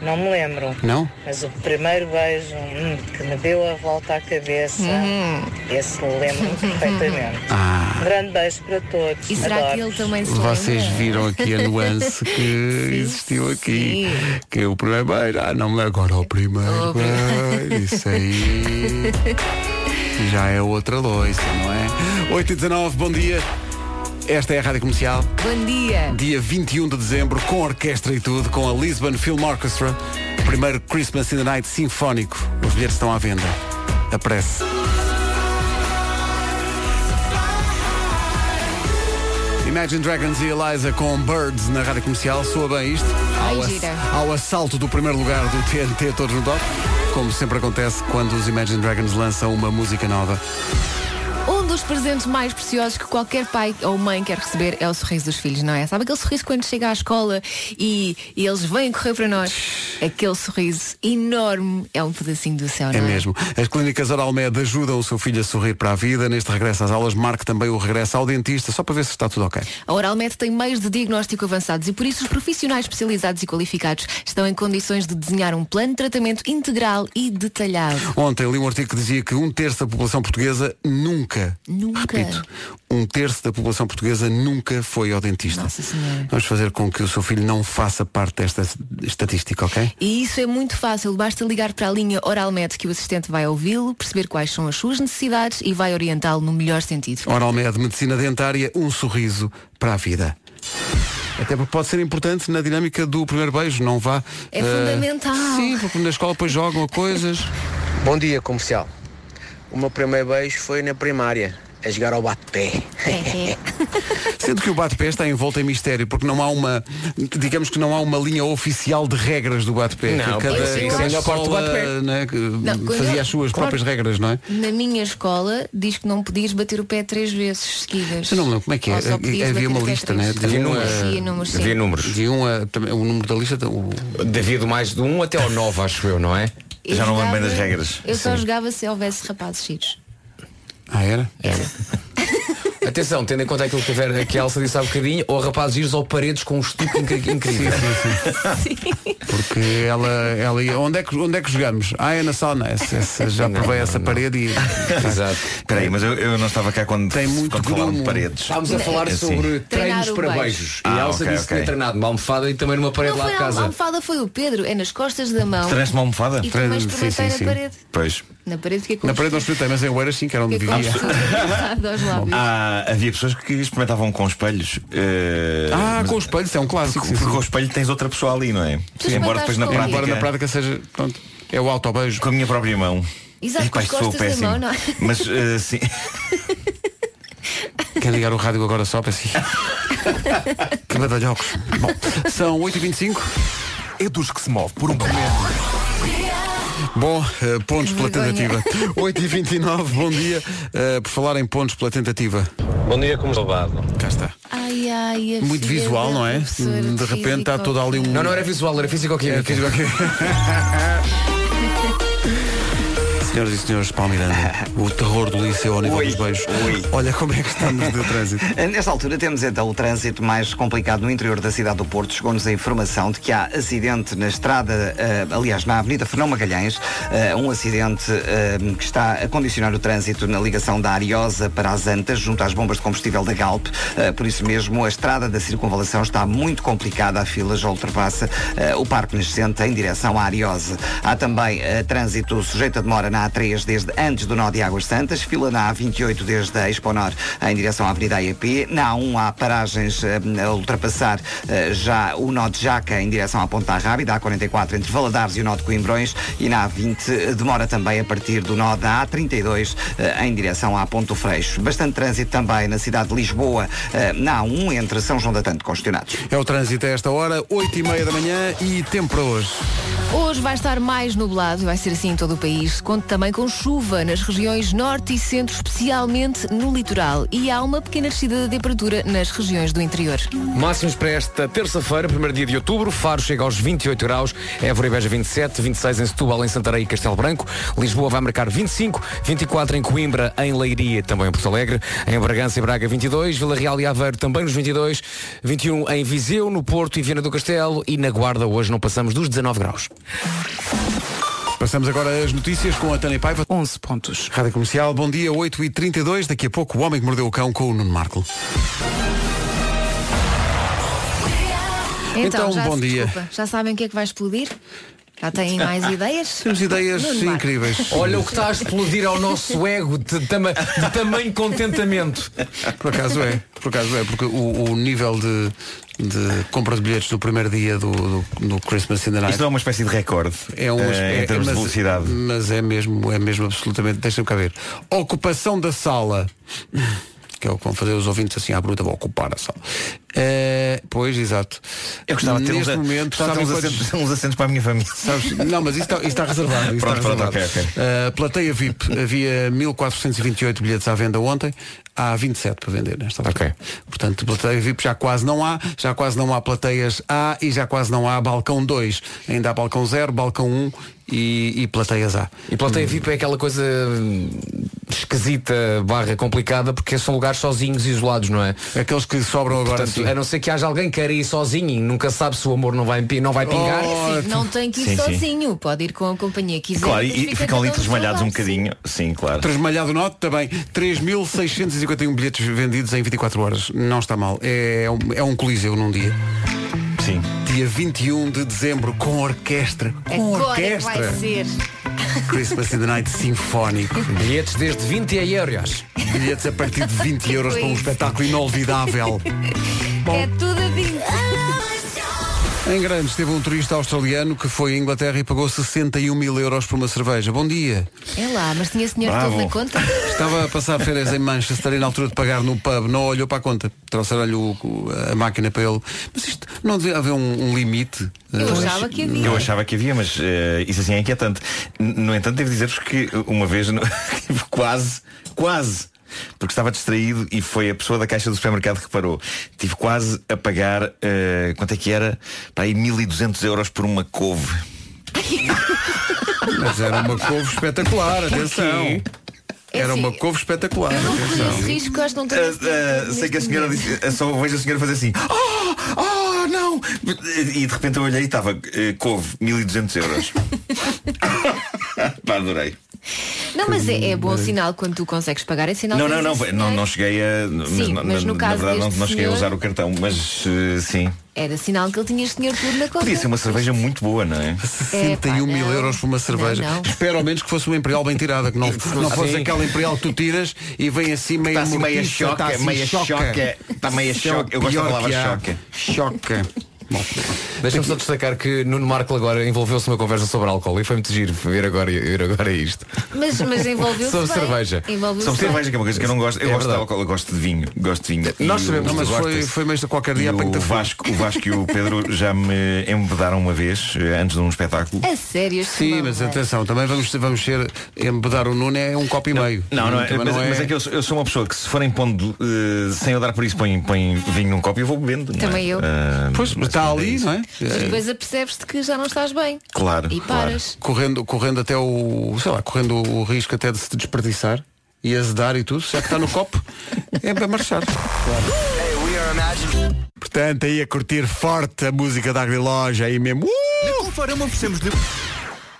não me lembro. Não? Mas o primeiro beijo hum, que me deu a volta à cabeça, Uhum. esse lembro-me perfeitamente. Ah. Um grande beijo para todos. E será que Adoro-vos. ele também se Vocês viram aqui a nuance que existiu aqui. Que é o primeiro beijo. Ah, não me lembro agora. O primeiro O primeiro. beijo. Isso aí. Já é outra loiça, não é? 8 e 19, bom dia. Esta é a Rádio Comercial. Bom dia. Dia 21 de dezembro, com orquestra e tudo, com a Lisbon Film Orchestra. Primeiro Christmas in the Night sinfónico. Os bilhetes estão à venda. Apresse. Imagine Dragons e Eliza com Birds na rádio comercial. Soa bem isto? Ai, Ao, ass- gira. ao assalto do primeiro lugar do TNT Todos no Top. Como sempre acontece quando os Imagine Dragons lançam uma música nova. Um dos presentes mais preciosos que qualquer pai ou mãe quer receber é o sorriso dos filhos, não é? Sabe aquele sorriso quando chega à escola e, e eles vêm correr para nós? Aquele sorriso enorme é um pedacinho do céu, É não é? mesmo. As clínicas Oral Med ajudam o seu filho a sorrir para a vida. Neste regresso às aulas, marque também o regresso ao dentista, só para ver se está tudo ok. A Oralmed tem meios de diagnóstico avançados e por isso os profissionais especializados e qualificados estão em condições de desenhar um plano de tratamento integral e detalhado. Ontem li um artigo que dizia que um terço da população portuguesa nunca, Nunca. repito, um terço da população portuguesa nunca foi ao dentista. Nossa Senhora. Vamos fazer com que o seu filho não faça parte desta estatística, ok? E isso é muito fácil, basta ligar para a linha Oralmed que o assistente vai ouvi-lo, perceber quais são as suas necessidades e vai orientá-lo no melhor sentido. Oralmed, medicina dentária, um sorriso para a vida. Até porque pode ser importante na dinâmica do primeiro beijo, não vá. É eh, fundamental. Sim, porque na escola depois jogam a coisas. Bom dia, comercial. O meu primeiro beijo foi na primária. a jogar ao bate-pé. É, Sendo que o bate-pé está envolto em mistério, porque não há uma, digamos que não há uma linha oficial de regras do bate-pé. Não, Que cada, pois sim, é cada sim. escola, Sim. né, que quando fazia eu- as suas claro. próprias regras, não é? Na minha escola diz que não podias bater o pé três vezes seguidas. Eu não me lembro como é que é. Ou só podias Havia bater uma o pé lista, três. né? Havia um a- números. Havia números, sim. Havia números. De um a, também, o número da lista. O... Havia do mais de um até ao nove, acho eu, não é? Eu jogava- Eu só Sim. jogava se houvesse rapazes giros. Ah, era? Atenção, tendo em conta aquilo que, a Vera- que a Elsa disse há bocadinho, ou rapazes giros ou paredes com um estuque incri- incrível. Porque ela, ela ia. Onde é, que, onde é que jogamos? Ah, é na sauna. Essa, essa- já provei essa parede e. Exato. Espera aí, mas eu, eu não estava cá quando, Tem muito quando falaram de paredes. Estávamos a falar É assim. sobre Treinar treinos o para beijo. beijos. e Ah, a Elsa ok, disse que tinha ok. treinado uma almofada e também numa não parede lá foi de a casa. almofada, foi o Pedro. É nas costas da mão. Treinaste uma almofada? E também experimentei Sim, sim, na sim. parede. Pois. Na parede fiquei com Na parede não experimentei, mas em Oeiras sim, que era onde fiquei com vivia. costura aos lábios. Ah, havia pessoas que experimentavam com espelhos. eh, Ah, mas- com o espelho, isso é um clássico. porque com o espelho tens outra pessoa ali, não é? Tu Embora depois na experimentaste com prática. ele. Embora na prática seja. Pronto, é o autobeijo. Com a minha própria mão. Exato, Epá, com as isto soa costas da mão, não é? Mas eh, sim. Quer ligar o rádio agora só para si? que badalhocos. Bom, são 8h25. É dos que se move por um momento. Bom, eh, pontos pela tentativa. 8h29, bom dia. Eh, por falar em pontos pela tentativa. Bom dia, como salvado. Cá está. Ai, ai, a Muito filha visual, da não é? professora De repente está toda ali um. Não, não era visual, era físico-química. Senhoras e senhores, Paulo Miranda, o terror do liceu ao nível dos beijos. Olha como é que estamos de trânsito. Nesta altura temos então o trânsito mais complicado no interior da cidade do Porto. Chegou-nos a informação de que há acidente na estrada, eh, aliás, na Avenida Fernão Magalhães, eh, um acidente eh, que está a condicionar o trânsito na ligação da Ariosa para as Antas, junto às bombas de combustível da Galp. Eh, por isso mesmo, a estrada da circunvalação está muito complicada. A fila já ultrapassa eh, o Parque Nascente em direção à Ariosa. Há também eh, trânsito sujeito a demora na A3 desde antes do nó de Águas Santas, fila na A28 desde a Exponor em direção à Avenida AEP. Na A1 há paragens eh, a ultrapassar eh, já o nó de Jaca em direção à Ponta Rábida, a A44 entre Valadares e o nó de Coimbrões e na A20 eh, demora também a partir do nó da A32 eh, em direção à Ponto Freixo. Bastante trânsito também na cidade de Lisboa, eh, na A1 entre São João da Tanto congestionados. É o trânsito a esta hora, 8h30 da manhã e tempo para hoje. Hoje vai estar mais nublado e vai ser assim em todo o país. Conto também com chuva nas regiões norte e centro, especialmente no litoral. E há uma pequena descida de temperatura nas regiões do interior. Máximos para esta terça-feira, primeiro dia de outubro. Faro chega aos 28 graus, Évora e Beja 27, 26 em Setúbal, em Santarém e Castelo Branco. Lisboa vai marcar 25, 24 em Coimbra, em Leiria, também em Porto Alegre. Em Bragança e Braga 22, Vila Real e Aveiro também nos 22, 21 em Viseu, no Porto e Viana do Castelo. E na Guarda hoje não passamos dos 19 graus. Passamos agora às notícias com a Tânia Paiva. 11 pontos. Rádio Comercial, bom dia, 8h32. Daqui a pouco, o homem que mordeu o cão com o Nuno Marco. Então, já, bom dia. desculpa, já sabem o que é que vai explodir? Já têm mais ideias? Temos ideias Nuno Marco. incríveis. Olha o que está a explodir ao nosso ego de, tama- de tamanho contentamento. Por acaso é, por acaso é, porque o, o nível de, de compra de bilhetes no primeiro dia do, do, do Christmas in the Night. Isto é uma espécie de recorde. É um eh, é- em termos mas, de velocidade. Mas é mesmo, é mesmo absolutamente. Deixa-me cá ver. Ocupação da sala. Que é o que vão fazer os ouvintes assim à bruta, vão ocupar a sala. Eh, pois, exato. Eu gostava de ter Neste uns, a- momento, gostava de ter sabem uns quantos- assentos, uns assentos para a minha família. Sabes, não, mas isto está, isto está reservado. isto Pronto, está pronto, reservado. ok, ok. Uh, plateia VIP, havia 1428 bilhetes à venda ontem, há 27 para vender nesta altura. Portanto, plateia VIP já quase não há, já quase não há plateias A e já quase não há balcão 2. Ainda há balcão 0, balcão 1 e, e plateias A. E plateia VIP é aquela coisa hum, esquisita, barra complicada, porque são lugares sozinhos, isolados, não é? Aqueles que sobram agora, Portanto, sim. A não ser que haja alguém que queira ir sozinho e nunca sabe se o amor não vai, não vai pingar. É assim, não tem que ir sozinho, pode ir com a companhia que quiser. Oh, Claro, mas e, e fica ficam ali cada um do tresmalhados seu um lado. bocadinho. Sim, claro. Tresmalhado note também, 3.651 bilhetes vendidos em 24 horas. Não está mal. É um, é um coliseu num dia. Sim. Dia 21 de dezembro com orquestra. Com Agora é que orquestra. vai ser. Christmas in the Night Sinfónico. Bilhetes desde 20 euros. Bilhetes a partir de 20 euros para um espetáculo inolvidável. É tudo a 20. Em Grandes teve um turista australiano que foi à Inglaterra e pagou 61 mil euros por uma cerveja. Bom dia. É lá, mas tinha dinheiro todo Bravo. na conta? Estava a passar férias em Manchester e na altura de pagar no pub não olhou para a conta. Trouxeram-lhe o- o- a máquina para ele. Mas isto não devia haver um, um limite. Eu Eh, achava que havia. Eu achava que havia, mas eh, isso assim é inquietante. N- No entanto, devo dizer-vos que uma vez no- tive quase, quase. Porque estava distraído e foi a pessoa da caixa do supermercado que reparou. Tive quase a pagar, eh, quanto é que era? Para aí 1200 euros por uma couve. Mas era uma couve espetacular, atenção. Era uma couve espetacular. Esse risco acho que não tenho. Ah, sei que a senhora disse, ah, só vejo a senhora fazer assim. Oh, oh, não! E de repente eu olhei e estava eh, couve, 1200 euros. Pá, adorei. Não, mas é, é bom sinal quando tu consegues pagar, é sinal Não, que não, não, tens esse não, dinheiro. não cheguei a. mas Sim, na- mas no na, caso verdade não, deste não cheguei a senhor- usar o cartão, mas eh, sim. Era sinal que ele tinha este dinheiro tudo na conta. Podia ser uma cerveja muito boa, não é? 61 mil Ah, euros por uma cerveja. não. Espero ao menos que fosse uma Imperial bem tirada, que não, não fosse Sim. aquela Imperial que tu tiras e vem assim meio Está assim meia mortiça, choca, está assim meia choca. Está meia Isso é o choca. Tá Eu gosto da pior palavra que há. choca. Choca. Deixa-me só destacar que Nuno Marco agora envolveu-se numa conversa sobre álcool e foi muito giro ver agora, ver agora isto. Mas, mas envolveu-se. Sobre bem. cerveja. Envolveu-se Sobre bem. cerveja, que é uma coisa que eu não gosto. Eu É gosto verdade. de álcool, eu gosto de vinho. Gosto de vinho. Nós E sabemos o- que tu gostas. E o Vasco, o Vasco e o Pedro já me embedaram uma vez, eh, antes de um espetáculo. A sério, este é? Sim, mal, mas velho. atenção, também vamos, vamos ser. Embedar o Nuno é um copo e meio. Não, não é, Também mas, mas é que eu sou, eu sou uma pessoa que se forem pondo, eh, sem eu dar por isso, põe, põe vinho num copo e eu vou bebendo. não é? Também eu. Ah, Pois, mas está ali, não é? Mas depois apercebes-te que já não estás bem. Claro. E paras. Correndo, correndo até o. sei lá, correndo o risco até de se desperdiçar e azedar e tudo, se é que está no copo, é para marchar. Portanto, aí a curtir forte a música da Agriloja aí mesmo. Uh!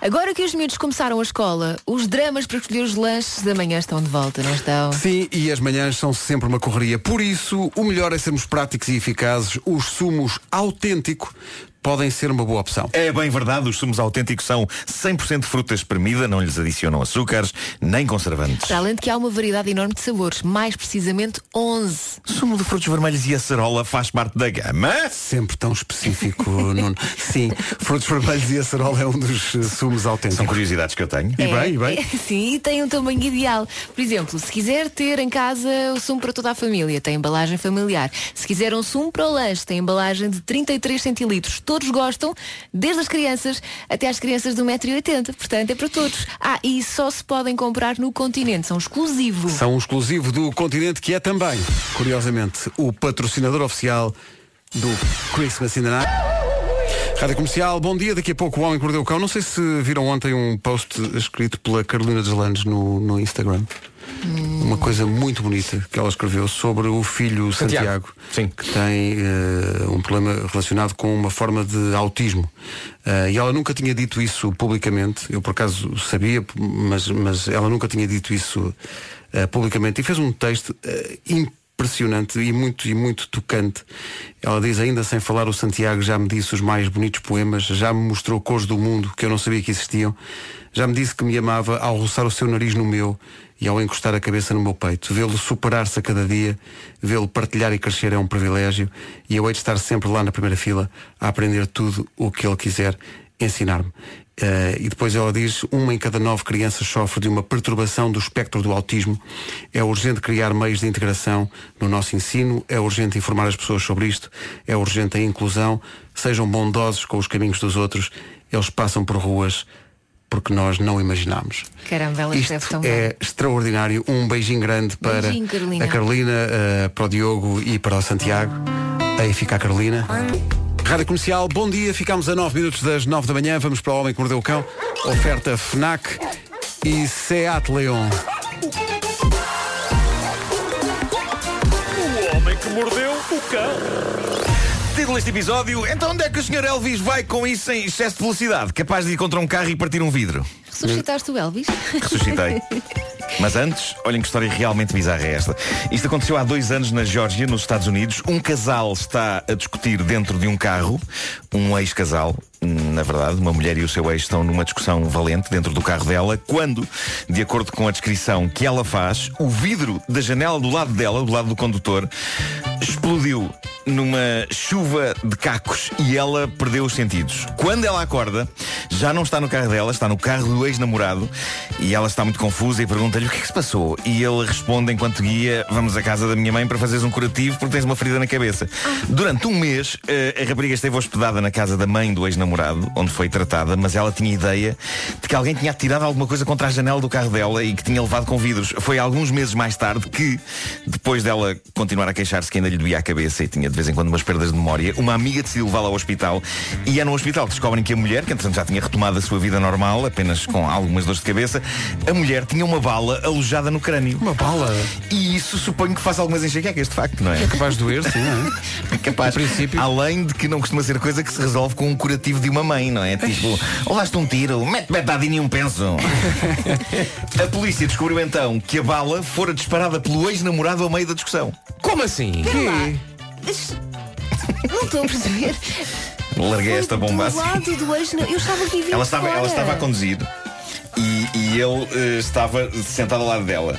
Agora que os miúdos começaram a escola, os dramas para escolher os lanches da manhã estão de volta, não estão? Sim, e as manhãs são sempre uma correria. Por isso, o melhor é sermos práticos e eficazes. Os sumos autêntico podem ser uma boa opção. É bem verdade, os sumos autênticos são 100% fruta espremida, não lhes adicionam açúcares nem conservantes. Para além de que há uma variedade enorme de sabores, mais precisamente 11. Sumo de frutos vermelhos e acerola faz parte da gama. Sempre tão específico, Nuno. Sim, frutos vermelhos e acerola é um dos eh, sumos autênticos. São curiosidades que eu tenho. E bem, e bem. É, sim, e tem um tamanho ideal. Por exemplo, se quiser ter em casa o sumo para toda a família, tem embalagem familiar. Se quiser um sumo para o lanche, tem embalagem de 33 centilitros. Todos gostam, desde as crianças até às crianças de 1,80m. Portanto, é para todos. Ah, e só se podem comprar no continente, são exclusivos. São um exclusivo do continente que é também, curiosamente, o patrocinador oficial do Christmas in the Night. Rádio Comercial, bom dia. Daqui a pouco o Homem que Mordeu o Cão. Não sei se viram ontem um post escrito pela Carolina Deslandes no, no Instagram. Uma coisa muito bonita que ela escreveu sobre o filho Santiago, que tem eh, um problema relacionado com uma forma de autismo. Eh, e ela nunca tinha dito isso publicamente. Eu, por acaso, sabia, mas, mas ela nunca tinha dito isso eh, publicamente. E fez um texto eh, impressionante e muito, e muito tocante. Ela diz, ainda sem falar, o Santiago já me disse os mais bonitos poemas, já me mostrou cores do mundo que eu não sabia que existiam, já me disse que me amava ao roçar o seu nariz no meu e ao encostar a cabeça no meu peito. Vê-lo superar-se a cada dia, vê-lo partilhar e crescer é um privilégio e eu hei de estar sempre lá na primeira fila a aprender tudo o que ele quiser ensinar-me. Eh, e depois ela diz, uma em cada nove crianças sofre de uma perturbação do espectro do autismo. É urgente criar meios de integração no nosso ensino, é urgente informar as pessoas sobre isto, é urgente a inclusão, sejam bondosos com os caminhos dos outros, eles passam por ruas porque nós não imaginámos. Caramba, ela Isto escreve tão bem. é extraordinário. Um beijinho grande para Beijinho, Carolina. a Carolina, eh, para o Diogo e para o Santiago. Aí fica a Carolina. Rádio Comercial, bom dia. Ficámos a 9 minutos das 9 da manhã. Vamos para o Homem que Mordeu o Cão. Oferta FNAC e Seat Leon. O homem que mordeu o cão. Título deste episódio, então onde é que o Sr. Elvis vai com isso em excesso de velocidade, capaz de ir contra um carro e partir um vidro? Ressuscitaste o Elvis? Ressuscitei. Mas antes, olhem que história realmente bizarra é esta. Isto aconteceu há dois anos na Geórgia, nos Estados Unidos. Um casal está a discutir dentro de um carro, um ex-casal, hum, na verdade, uma mulher e o seu ex estão numa discussão valente dentro do carro dela, quando, de acordo com a descrição que ela faz, o vidro da janela do lado dela, do lado do condutor, explodiu. numa chuva de cacos e ela perdeu os sentidos. Quando ela acorda, já não está no carro dela, está no carro do ex-namorado e ela está muito confusa e pergunta-lhe o que é que se passou. E ele responde enquanto guia, vamos à casa da minha mãe para fazeres um curativo porque tens uma ferida na cabeça. Durante um mês, eh, a rapariga esteve hospedada na casa da mãe do ex-namorado, onde foi tratada, mas ela tinha ideia de que alguém tinha atirado alguma coisa contra a janela do carro dela e que tinha levado com vidros. Foi alguns meses mais tarde que, depois dela continuar a queixar-se que ainda lhe doía a cabeça e tinha de vez em quando umas perdas de memória, uma amiga decidiu levá-la ao hospital e é no hospital que descobrem que a mulher, que entretanto já tinha retomado a sua vida normal, apenas com algumas dores de cabeça, a mulher tinha uma bala alojada no crânio. Uma bala? E isso suponho que faz algumas enxaquecas, de facto, não é? É capaz de doer, sim, não é? capaz. Além de que não costuma ser coisa que se resolve com um curativo de uma mãe, não é? Tipo, ou lás-te um tiro, mete betadinho e um penso. a polícia descobriu então que a bala fora disparada pelo ex-namorado ao meio da discussão. Como assim? Espera lá. Es- Não estou a perceber. Larguei esta bomba Do assim. lado do ex, não. Eu estava aqui vindo Ela estava, ela fora. estava a conduzir e, e ele eh, estava sentado ao lado dela.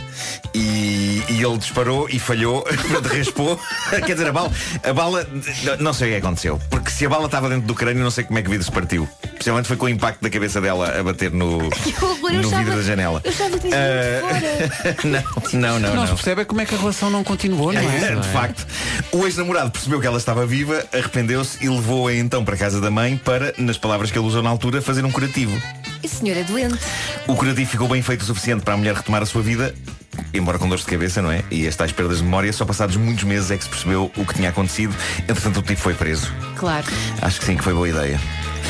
E, e ele disparou e falhou, portanto, raspou. Quer dizer, a bala, a bala. Não sei o que aconteceu. Porque se a bala estava dentro do crânio, não sei como é que o vidro se partiu. Principalmente foi com o impacto da cabeça dela a bater no, Que horror, eu no estava- vidro da janela. eu estava a dizer Ah, não, não, não. Nós não. percebe é como é que a relação não continuou, não é? De facto, o ex-namorado percebeu que ela estava viva, arrependeu-se e levou-a então para a casa da mãe para, nas palavras que ele usou na altura, fazer um curativo. E senhora é doente. O curativo ficou bem feito o suficiente para a mulher retomar a sua vida, embora com dores de cabeça, não é? E as tais perdas de memória, só passados muitos meses é que se percebeu o que tinha acontecido. Entretanto, o tipo foi preso. Claro. Acho que sim, que foi boa ideia.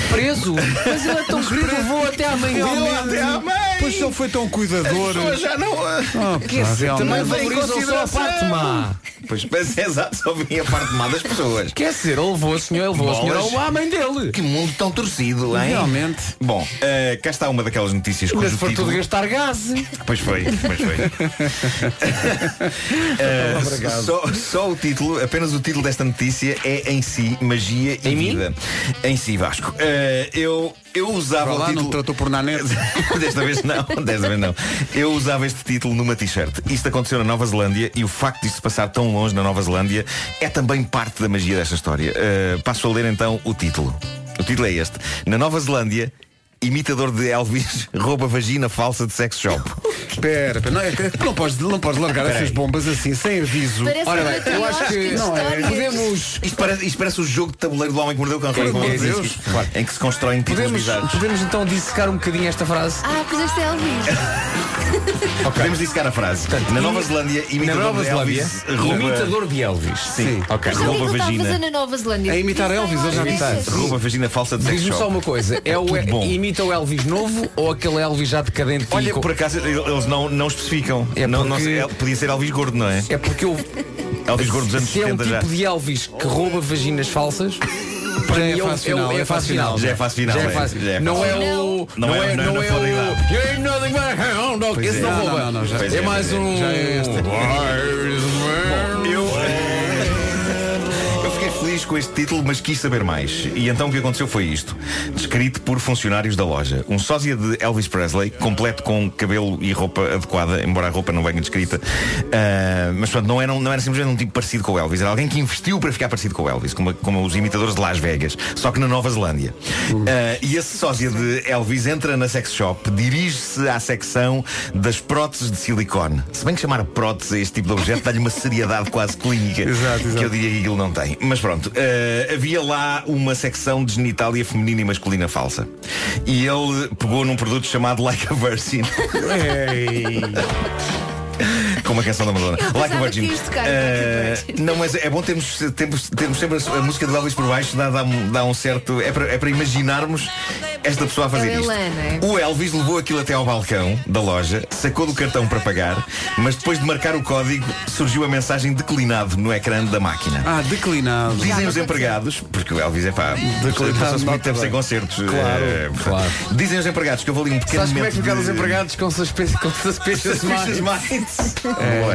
Preso. Mas ele é tão querido, vou até amanhã. Realmente. Até amanhã. Pois se ele foi tão cuidador. pessoas já não- Oh, Ah, Quer dizer, pá, também realmente. valorizam só a parte má. Pois, mas é exato, só vinha a parte má das pessoas. Quer dizer, ele levou a senhora, ele levou a senhora ao é Bolas. homem dele. Que mundo tão torcido, hein? Realmente. Bom, eh, cá está uma daquelas notícias cujo Mas foi título- tudo gastar gás. Pois foi, pois foi. Então, Eh, só, só o título, apenas o título desta notícia é em si magia e vida. Em si Vasco. Eh, eu eu usava Vá lá, o não título me tratou por nanete. desta vez não, desta vez não. Eu usava este título numa t-shirt. Isto aconteceu na Nova Zelândia e o facto de se passar tão longe na Nova Zelândia é também parte da magia desta história. Uh, passo a ler então o título. O título é este. Na Nova Zelândia, imitador de Elvis rouba vagina falsa de sex shop. Espera, espera, não, é que não, podes, não podes largar Espera essas aí. bombas assim, sem aviso. Parece um Ora uma bem, eu acho que. é. matriosca de é. histórias. podemos. Isto parece, isto parece o jogo de tabuleiro do homem que mordeu o cão. Por amor de Em que- Deus. claro, Em que se constroem títulos Podemos, bizarros. podemos então dissecar um bocadinho esta frase. Ah, puseste Elvis. Podemos dissecar a frase. na Nova Zelândia, imitador na Nova de Zelândia, Elvis rouba... imitador de Elvis. Sim, Mas ok. o que é que ele Rouba está a vagina. fazer na Nova Zelândia? A É Diz lá, diz isso. Rouba vagina falsa de sex Diz-me shop. só uma coisa, é o, Tudo bom. imita o Elvis novo ou aquele Elvis já decadente? que- Olha, por acaso eles não, não especificam. É não, não porque- sei, El- podia ser Elvis Gordo, não é? É porque eu. Elvis Gordo dos anos Se é um 70 tipo já. de Elvis que rouba vaginas falsas. para mim é o- fase o- final, é fase final. Já é fase final, Já é é, fase- já é Não fase é final. o. Não é- não é na o. Florida. You ain't nothing but a hound dog. Pois Esse é. não Não, rouba. não, não, já- é já é, mais já é. um. Já é este. Bom, Eu fiquei feliz com este título, mas quis saber mais. E então o que aconteceu foi isto. Descrito por funcionários da loja. Um sósia de Elvis Presley, completo com cabelo e roupa adequada, embora a roupa não venha descrita. Ah, mas pronto, não era, um- não era simplesmente um tipo parecido com o Elvis. Era alguém que investiu para ficar parecido com o Elvis, como, como os imitadores de Las Vegas, só que na Nova Zelândia. Ah, e esse sósia de Elvis entra na sex shop, dirige-se à secção das próteses de silicone. Se bem que chamar prótese a este tipo de objeto dá-lhe uma seriedade quase clínica que eu diria que aquilo não tem. Mas pronto, eh, havia lá uma secção de genitália feminina e masculina falsa. E ele pegou num produto chamado Like a Virgin. Com uma canção da Madonna. Eu Like a pensava Virgin. que ias tocar no Eh, Like a Virgin. não, mas é bom termos, termos, termos sempre a, a música do Elvis por baixo, dá, dá, um- dá um certo. É para, é para imaginarmos esta pessoa a fazer É o isto. Elan, é? O Elvis levou aquilo até ao balcão da loja, sacou do cartão para pagar, mas depois de marcar o código, surgiu a mensagem declinado no ecrã da máquina. Ah, declinado. Dizem os empregados, porque o Elvis é pá, Declinado, passou-se nota muito tempo bem. sem concertos. Claro, eh, claro. Dizem os empregados que eu ali um pequeno Sabes como é momento que ficaram de- os empregados com suspeitas com suspeitas Suspeitas mais? É. Boa,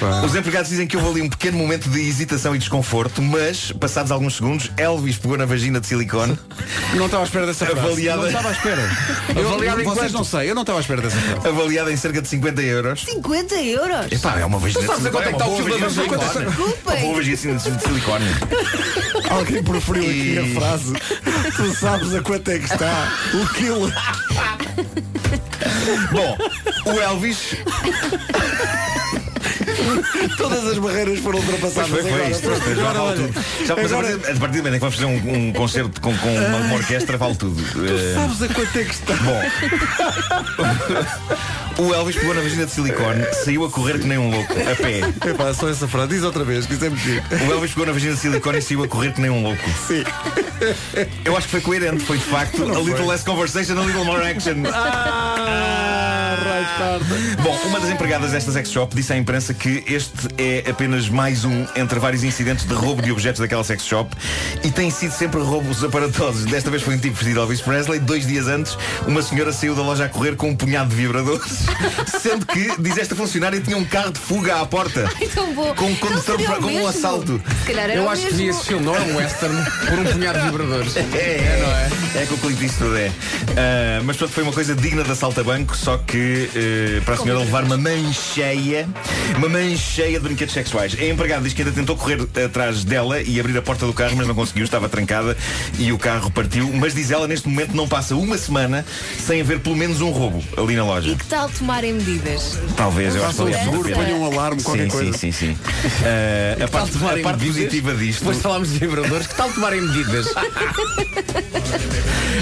boa. Os empregados dizem que houve ali um pequeno momento de hesitação e desconforto, mas, passados alguns segundos, Elvis pegou na vagina de silicone. Não estava à espera dessa frase. Avaliada- Não estava à espera. Eu, Avaliada em vocês quanto? não sei, eu não estava à espera dessa frase. Avaliada em cerca de 50 euros. 50 euros? Epá, é uma Tu vagina de sabes a quanto é que silicone. é está uma o quilo boa da vagina de vagina? Desculpem. silicone. Uma boa vagina de silicone. É Alguém preferiu aqui a frase. Tu sabes a quanto é que está o quilo. Bom, o Elvis. Todas as barreiras foram ultrapassadas. Pois foi, foi agora. isto. isto, isto, Já Agora, vale olha, tudo. Já, mas a agora- partir- a partir do momento em que vamos fazer um, um concerto com, com uma, uma orquestra, vale tudo. Eh, Sabes a quanto é que está? o Elvis pegou na vagina de silicone, saiu a correr que nem um louco, a pé. Epá, só essa frase. Diz outra vez, que isso é muito giro. O Elvis pegou na vagina de silicone e saiu a correr que nem um louco. Sim. Eu acho que foi coerente, foi de facto a little less conversation, a little more action. Ah, Bom, uma das empregadas desta sex shop disse à imprensa que este é apenas mais um entre vários incidentes de roubo de objetos daquela sex shop e tem sido sempre roubos aparatosos. Desta vez foi um tipo vestido de Elvis Presley. Dois dias antes, uma senhora saiu da loja a correr com um punhado de vibradores, sendo que, diz esta funcionária, tinha um carro de fuga à porta. Então vou. Com um Não condutor seria o para- como um mesmo. assalto. Se calhar era Eu o acho que mesmo. vi esse filme, não é um western, por um punhado de vibradores. É, é, não é? É que o Clint Eastwood é. Ah, mas pronto, foi uma coisa digna de assalto a banco, só que eh, para a senhora levar é uma mãe cheia, uma mãe cheia de brinquedos sexuais. A empregada diz que ainda tentou correr atrás dela e abrir a porta do carro, mas não conseguiu, estava trancada e o carro partiu. Mas diz ela, neste momento não passa uma semana sem haver pelo menos um roubo ali na loja. E que tal tomarem medidas? Talvez, eu acho que Façam vale a um pena. seguro, ponham um alarme, Sim, qualquer coisa. Sim, sim, sim. Ah, a parte, a parte positiva disto. Depois falámos de vibradores, que tal tomarem medidas?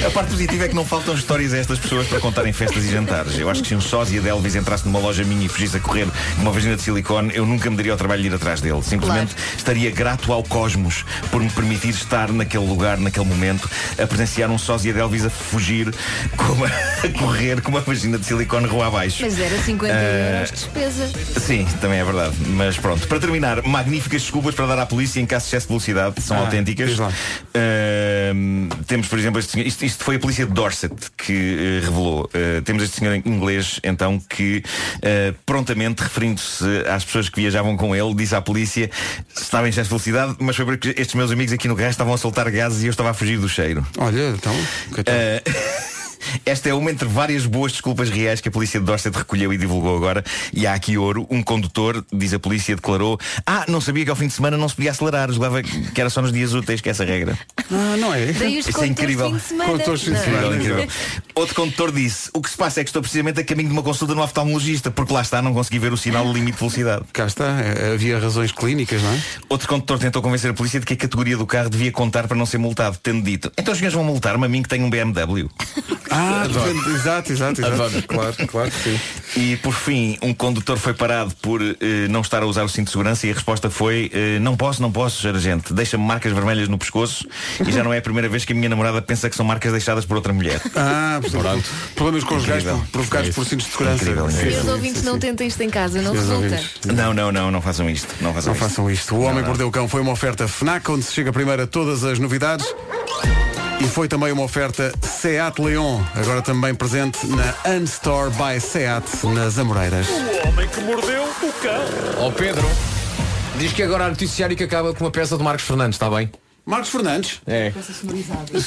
A parte positiva é que não faltam histórias a estas pessoas para contar em festas e jantares. Eu acho que se um sósia de Elvis entrasse numa loja minha e fugisse a correr com uma vagina de silicone, eu nunca me daria ao trabalho de ir atrás dele. Simplesmente estaria grato ao cosmos por me permitir estar naquele lugar, naquele momento, a presenciar um sósia de Elvis a fugir, com uma- a correr com uma vagina de silicone rua abaixo. Mas era 50 Ah, euros de despesa. Sim, também é verdade. Mas pronto, para terminar, magníficas desculpas para dar à polícia em caso de excesso de velocidade, são Ah, autênticas. diz lá. Ahm, temos, por exemplo, este senhor, isto, isto foi a polícia de Dorset que eh, revelou. Ah, temos este senhor em inglês, então, que ah, prontamente, referindo-se às pessoas que viajavam com ele, disse à polícia estava em excesso de velocidade, mas foi porque estes meus amigos aqui no gás estavam a soltar gases e eu estava a fugir do cheiro. Olha, então. Ah, Esta é uma entre várias boas desculpas reais que a polícia de Dorset recolheu e divulgou agora. E há aqui ouro. Um condutor, diz a polícia, declarou Ah, não sabia que ao fim de semana não se podia acelerar. Julgava que era só nos dias úteis, que é essa regra. Ah, não é? Daí os Isso condutores de é incrível. fim de semana. Condutores de fim de Não. semana, incrível. Outro condutor disse O que se passa é que estou precisamente a caminho de uma consulta no oftalmologista Porque lá está, não consegui ver o sinal do limite de velocidade Cá está, eh, havia razões clínicas, não é? Outro condutor tentou convencer a polícia de que a categoria do carro devia contar para não ser multado, tendo dito, então os senhores vão multar-me a mim que tenho um BMW. Ah, depende- exato, exato, exato. Claro, claro que sim. E por fim, um condutor foi parado por eh, não estar a usar o cinto de segurança e a resposta foi eh, não posso, não posso, senhor agente. Deixa-me marcas vermelhas no pescoço e já não é a primeira vez que a minha namorada pensa que são marcas deixadas por outra mulher. Ah, portanto, problemas conjugais Incrível. provocados por cintos de segurança. Incrível, incrível. Os ouvintes não tentem isto em casa, não Meus resulta. ouvintes. Não, não, não, não façam isto. Não façam Não isto. façam isto. O Homem que Mordeu o Cão foi uma oferta FNAC, onde se chega primeiro a todas as novidades. E foi também uma oferta Seat Leon, agora também presente na Unstore by Seat, nas Amoreiras. O homem que mordeu o cão. Ó Pedro, diz que agora há noticiário que acaba com uma peça do Marcos Fernandes, está bem? Marcos Fernandes? É. Peça-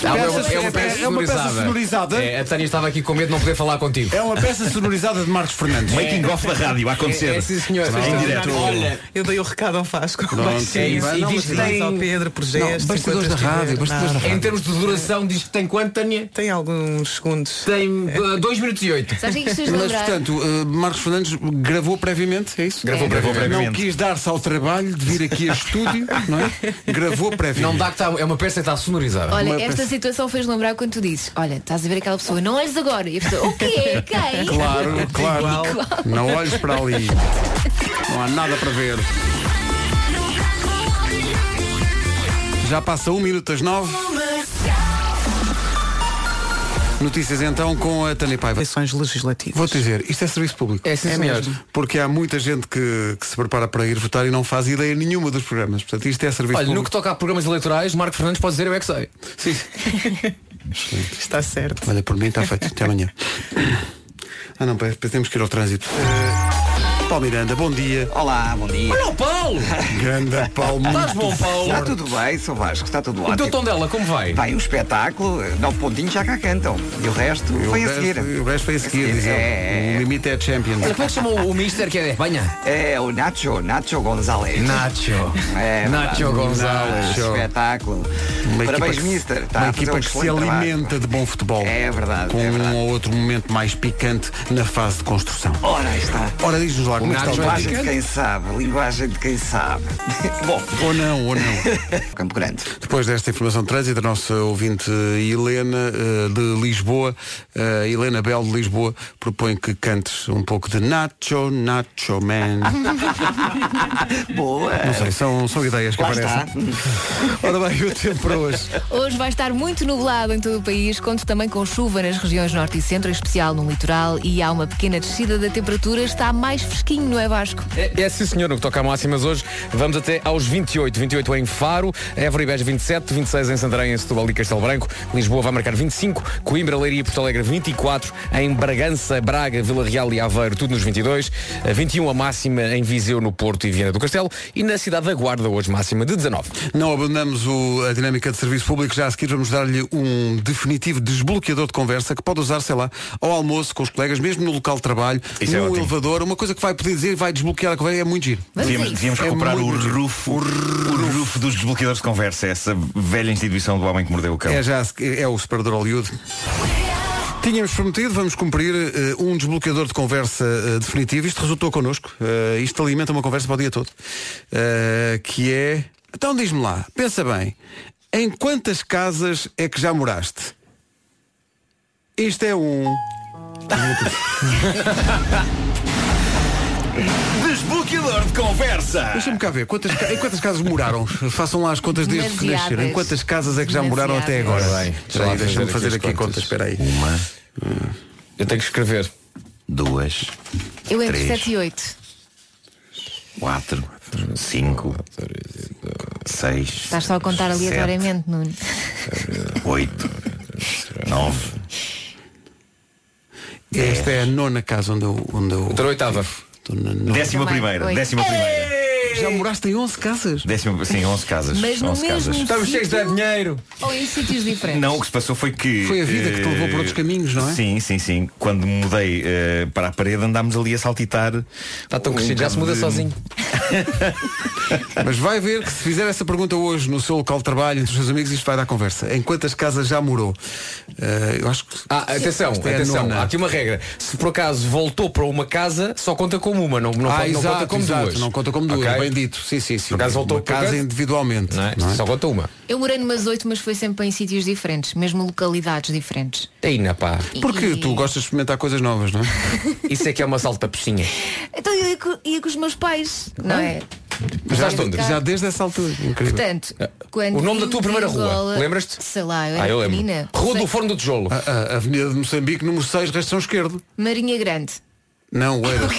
Ah, é uma- é uma é- peça é uma peça sonorizada. sonorizada? É, a Tânia estava aqui com medo de não poder falar contigo. É uma peça sonorizada de Marcos Fernandes. Making off da rádio, a acontecer. É, é, sim, senhor. Em Sim, direto. senhor. Olha, Eu dei o recado ao Vasco. Pronto, Baixinho. e vai- e não, diz mas que tem- tem... ao Pedro por gestos. Não, bastidores da rádio, bastidores da rádio. Em termos de duração, diz que tem quanto, Tânia? Tem alguns segundos. Tem eh, 2 minutos e 8. Sabes o que é que Mas, vocês lembrar? portanto, eh, Marcos Fernandes gravou previamente, é isso? Gravou É. previamente. Não quis dar-se ao trabalho de vir aqui a estúdio, não é? Gravou previamente. Não dá que está, é uma peça que está sonorizada. Olha, Uma esta peça- situação fez lembrar quando tu dizes, olha, estás a ver aquela pessoa, não olhes agora. E a pessoa, o quê? Quem? Claro, claro. Não olhes para ali. Não há nada para ver. Já passa um minuto às nove. Notícias então com a Tânia Paiva. Eleições legislativas. Vou-te dizer, isto é serviço público. É, sim, senhor. Porque há muita gente que, que se prepara para ir votar e não faz ideia nenhuma dos programas. Portanto, isto é serviço Olha, no que público. toca a programas eleitorais, Marco Fernandes pode dizer eu é que sei. Sim. Está certo. Olha, por mim está feito. Até amanhã. Ah não, pá, temos que ir ao trânsito. Eh, Paulo Miranda, bom dia. Olá, bom dia. Olha o Paulo! Grande Paulo. Estás muito bom, Paulo? Está tudo bem, sou Vasco, está tudo O ótimo. teu tom dela, como vai? Vai um espetáculo, nove pontinhos já cá cantam. E o resto E o foi a resto- seguir. e o resto foi a seguir, diz ele. O limite é Champions. Olha, Olha, como é que chamou o mister que é da Espanha? É o Nacho, Nacho González. Nacho. É, Nacho verdade. González. Nacho. Espetáculo. Uma Parabéns, equipa que- mister. Está uma a fazer equipa um que se excelente trabalho. alimenta de bom futebol. É verdade. Com é verdade. um ou outro momento mais picante na fase de construção. Ora, aí está. Ora, diz-nos lá, como é que está o linguagem trânsito? de quem sabe, linguagem de quem sabe. Bom, ou não, ou não. Campo Grande. Depois desta informação de trânsito, a nossa ouvinte Helena eh, de Lisboa, eh, Helena Bel de Lisboa, propõe que cantes um pouco de Nacho, Nacho Man. Boa! Não sei, são, são ideias que Lá aparecem. Ora bem, o tempo para hoje. Hoje vai estar muito nublado em todo o país, conto também com chuva nas regiões norte e centro, em especial no litoral, e há uma pequena descida da temperatura, está mais fresquinho, não é Vasco? É, é sim, senhor, no que toca a máximas hoje, vamos até aos 28. 28 em Faro, Évora e Beja 27, 26 em Santarém, em Setúbal e Castelo Branco, Lisboa vai marcar 25, Coimbra, Leiria e Porto Alegre 24, em Bragança, Braga, Vila Real e Eh, Aveiro, tudo nos 22, a 21 a máxima em Viseu, no Porto e Viana do Castelo e na cidade da Guarda hoje máxima de 19. Não abandonamos o- a dinâmica de serviço público, já a seguir vamos dar-lhe um definitivo desbloqueador de conversa que pode usar, sei lá, ao almoço com os colegas, mesmo no local de trabalho, Isso é no ótimo. elevador, uma coisa que vai poder dizer e vai desbloquear a conversa, é muito giro. É Devíamos, devíamos recuperar o muito giro. rufo, o rufo dos desbloqueadores de conversa, essa velha instituição do homem que mordeu o cão. É já a seguir- é o separador Hollywood. Tínhamos prometido, vamos cumprir eh, um desbloqueador de conversa eh, definitivo. Isto resultou connosco. Eh, isto alimenta uma conversa para o dia todo. Eh, que é. Então diz-me lá, pensa bem, em quantas casas é que já moraste? Isto é um. Desbloqueador de conversa! Deixa-me cá ver, quantas, ca- em quantas casas moraram? Façam lá as contas desde que Demasiadas. nasceram. Em quantas casas é que já Demasiadas. moraram até agora? Ora bem, Espera aí, deixa-me fazer aqui contas. Espera aí. Hum. Uma. Eu tenho que escrever. Duas. Eu entre Três. 7 e 8. 4, 5, 6, Estás só a contar Sete. aleatoriamente, Nuno. 8, 9. Esta é a nona casa onde eu. Onde eu... Estou na oitava. Décima primeira, décima primeira. Já moraste em 11 casas? Décima, sim, 11 casas. Mas no 11 mesmo casas. sítio dinheiro. Ou em sítios diferentes. Não, o que se passou foi que. Foi a vida que te levou eh, por outros caminhos, não é? Sim, sim, sim. Quando me mudei eh, para a parede, andámos ali a saltitar. Tá um Está tão crescido, já se muda sozinho. Mas vai ver que se fizer essa pergunta hoje no seu local de trabalho, entre os seus amigos, isto vai dar conversa. Em quantas casas já morou? Eh, eu acho que. Ah, atenção, Esta é a atenção, nona. há aqui uma regra. Se por acaso voltou para uma casa, só conta como uma, não, não, Ah, pode- não exato, conta como exato, duas. não conta como duas, bem dito. Sim, sim, sim. Por acaso voltou Uma para casa casa? individualmente. não é? Só conta uma. Eu morei numas 8, mas foi sempre em sítios diferentes, mesmo localidades diferentes. Aí na pá. Porque tu gostas de experimentar coisas novas, não é? Isso é que é uma salta piscinha. Então eu ia co- ia com os meus pais, não é? Já, Estás onde? já desde essa altura. Incrível. Portanto, Ah, quando o nome da vim tua primeira de rua, Angola- lembras-te? Sei lá, eu era Ah, eu lembro. pequenina. Rua Sei- do Forno do Tijolo. A, a Avenida de Moçambique, número 6, resto esquerdo. Marinha Grande. Não, Oeiras.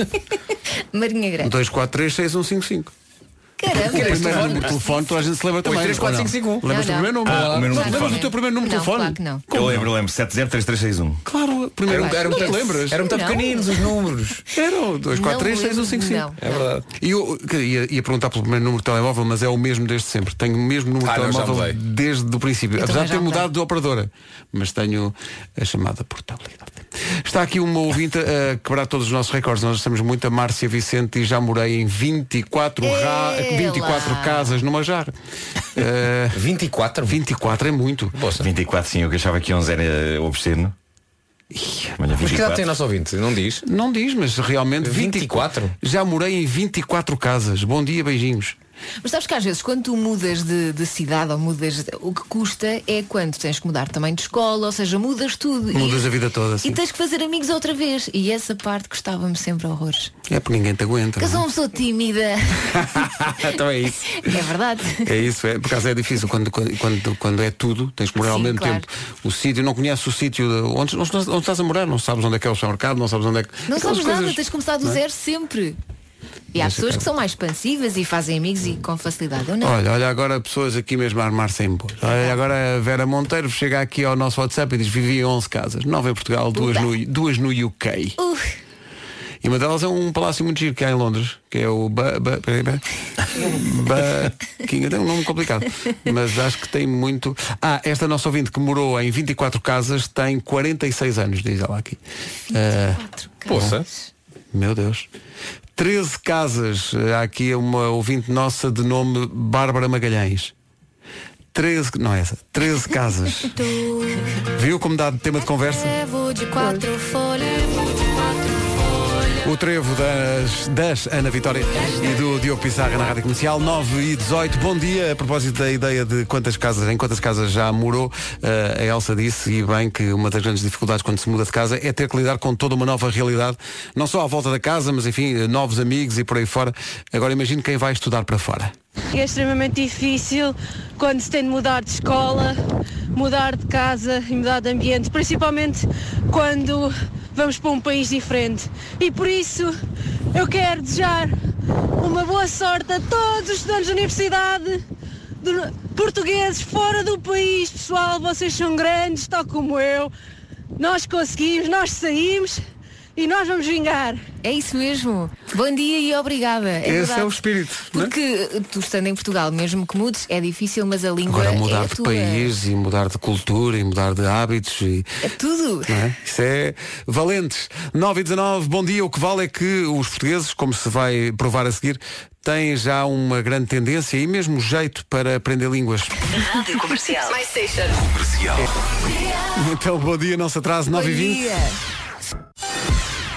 É. Marinha Grande. 2436155. Caramba. O primeiro número de telefone, toda a gente se lembra também. ou não? Lembras do primeiro número? Ah, o meu número de Lembras telefone. do teu primeiro número de Não, claro telefone? que não. Eu lembro, lembro. 703361. Claro, primeiro Era um- era um não te tanto- lembras? eram muito Não. pequeninos os números. Eram Não 2436155. lembro, não. É verdade. E eu que, ia, ia perguntar pelo primeiro número de telemóvel, mas é o mesmo desde sempre. Tenho o mesmo número Ah, de não, já telemóvel mudei. desde o princípio. Eu Apesar também de já ter mudei. mudado de operadora. Mas tenho a chamada portalidade. Está aqui uma ouvinte a quebrar todos os nossos recordes. Nós estamos muito a Márcia Vicente e já morei em 24, ra... Ela. 24 casas Eh, numa jar. 24? 24 é muito. 24, sim, eu que achava que 11 era obsceno. Olha, Mas que idade tem a 24. nossa ouvinte? Não diz? Não diz, mas realmente 24. Já morei em 24 casas. Bom dia, beijinhos. Mas sabes que às vezes quando tu mudas de, de cidade ou mudas de- o que custa é quando tens que mudar também de escola, ou seja, mudas tudo. Mudas e, a vida toda, assim. E sim. tens que fazer amigos outra vez. E essa parte custava-me sempre horrores. É porque ninguém te aguenta. Porque eu sou não uma pessoa tímida. é? então é isso. É verdade. É isso, é, por acaso é difícil quando, quando- quando, quando é tudo, tens que morar ao Sim, mesmo claro. tempo. O sítio, não conheces o sítio de- onde, onde, estás- onde estás a morar, não sabes onde é que é o supermercado, não sabes onde é que. Não Aquelas sabes nada, coisas- tens de começar do não é? zero sempre. E há Deixa pessoas cá. que são mais expansivas e fazem amigos e com facilidade. Eu não. Olha, olha agora pessoas aqui mesmo a armar sem bois. Olha, agora a Vera Monteiro chega aqui ao nosso WhatsApp e diz vivi em 11 casas, 9 em Portugal, duas no, duas no UK. Uh, E uma delas é um palácio muito giro que há em Londres, que é o Ba- Ba- peraí, ba- Buckingham. É um nome complicado. Mas acho que tem muito. Ah, esta nossa ouvinte que morou em 24 casas tem 46 anos, diz ela aqui. Ah, Poça. Meu Deus. 13 casas. Há aqui uma ouvinte nossa de nome Bárbara Magalhães. 13, não é essa, 13 casas. Viu como dá de tema de conversa? Trevo de quatro folhas. O trevo das, das Ana Vitória e do Diogo Pissarra na Rádio Comercial 9 e 18. Bom dia. A propósito da ideia de quantas casas, em quantas casas já morou, eh, a Elsa disse, e bem, que uma das grandes dificuldades quando se muda de casa é ter que lidar com toda uma nova realidade, não só à volta da casa, mas enfim, eh, novos amigos e por aí fora. Agora imagino quem vai estudar para fora. É extremamente difícil quando se tem de mudar de escola, mudar de casa e mudar de ambiente, principalmente quando vamos para um país diferente. E por isso eu quero desejar uma boa sorte a todos os estudantes da universidade, do- portugueses fora do país, pessoal, vocês são grandes, tal como eu. Nós conseguimos, nós saímos e nós vamos vingar. É isso mesmo. Bom dia e obrigada. É Esse verdade. é o espírito. não é? Porque eh, tu estando em Portugal, mesmo que mudes, é difícil, mas a língua Agora é mudar a de tua. país e mudar de cultura e mudar de hábitos e. É tudo. Não é? Isso é valentes. 9 e 19, bom dia. O que vale é que os portugueses, como se vai provar a seguir, têm já uma grande tendência e mesmo jeito para aprender línguas. Rádio Comercial. My Station. Então, bom dia, não se atrase, 9 e 20.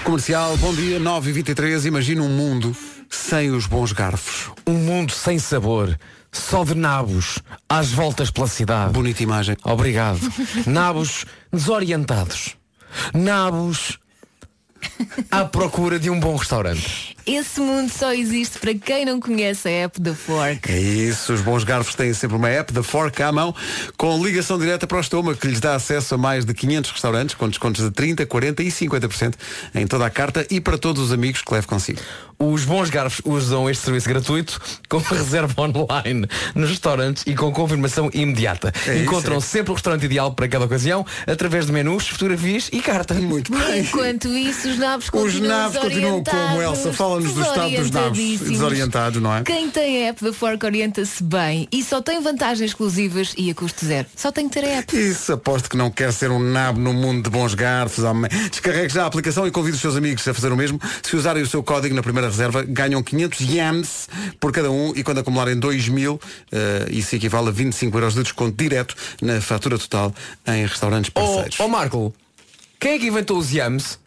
Comercial, bom dia, 9 e 23. Imagina um mundo sem os bons garfos. Um mundo sem sabor, só de nabos, às voltas pela cidade. Bonita imagem. Obrigado. Nabos desorientados. Nabos à procura de um bom restaurante. Esse mundo só existe para quem não conhece a app da Fork. É isso, os bons garfos têm sempre uma app da Fork à mão, com ligação direta para o estômago, que lhes dá acesso a mais de 500 restaurantes, com descontos de 30, 40 e 50% em toda a carta e para todos os amigos que leve consigo. Os bons garfos usam este serviço gratuito com reserva online nos restaurantes e com confirmação imediata. É isso, Encontram é. sempre o restaurante ideal para cada ocasião através de menus, fotografias e carta. Muito Enquanto isso, os nabos Os continuam nabos continuam como, desorientados, Elsa? Fala-nos do estado dos nabos. Ah, desorientadíssimos. Desorientados, não é? Quem tem a app da Fork orienta-se bem e só tem vantagens exclusivas e a custo zero. Só tem que ter a app. Isso, aposto que não quer ser um nabo no mundo de bons garfos. homem. Descarregue já a aplicação e convide os seus amigos a fazer o mesmo. Se usarem o seu código na primeira reserva, ganham 500 yams por cada um e quando acumularem 2 mil, eh, isso equivale a 25 euros de desconto direto na fatura total em restaurantes parceiros. Ó Marco, quem é que inventou os yams?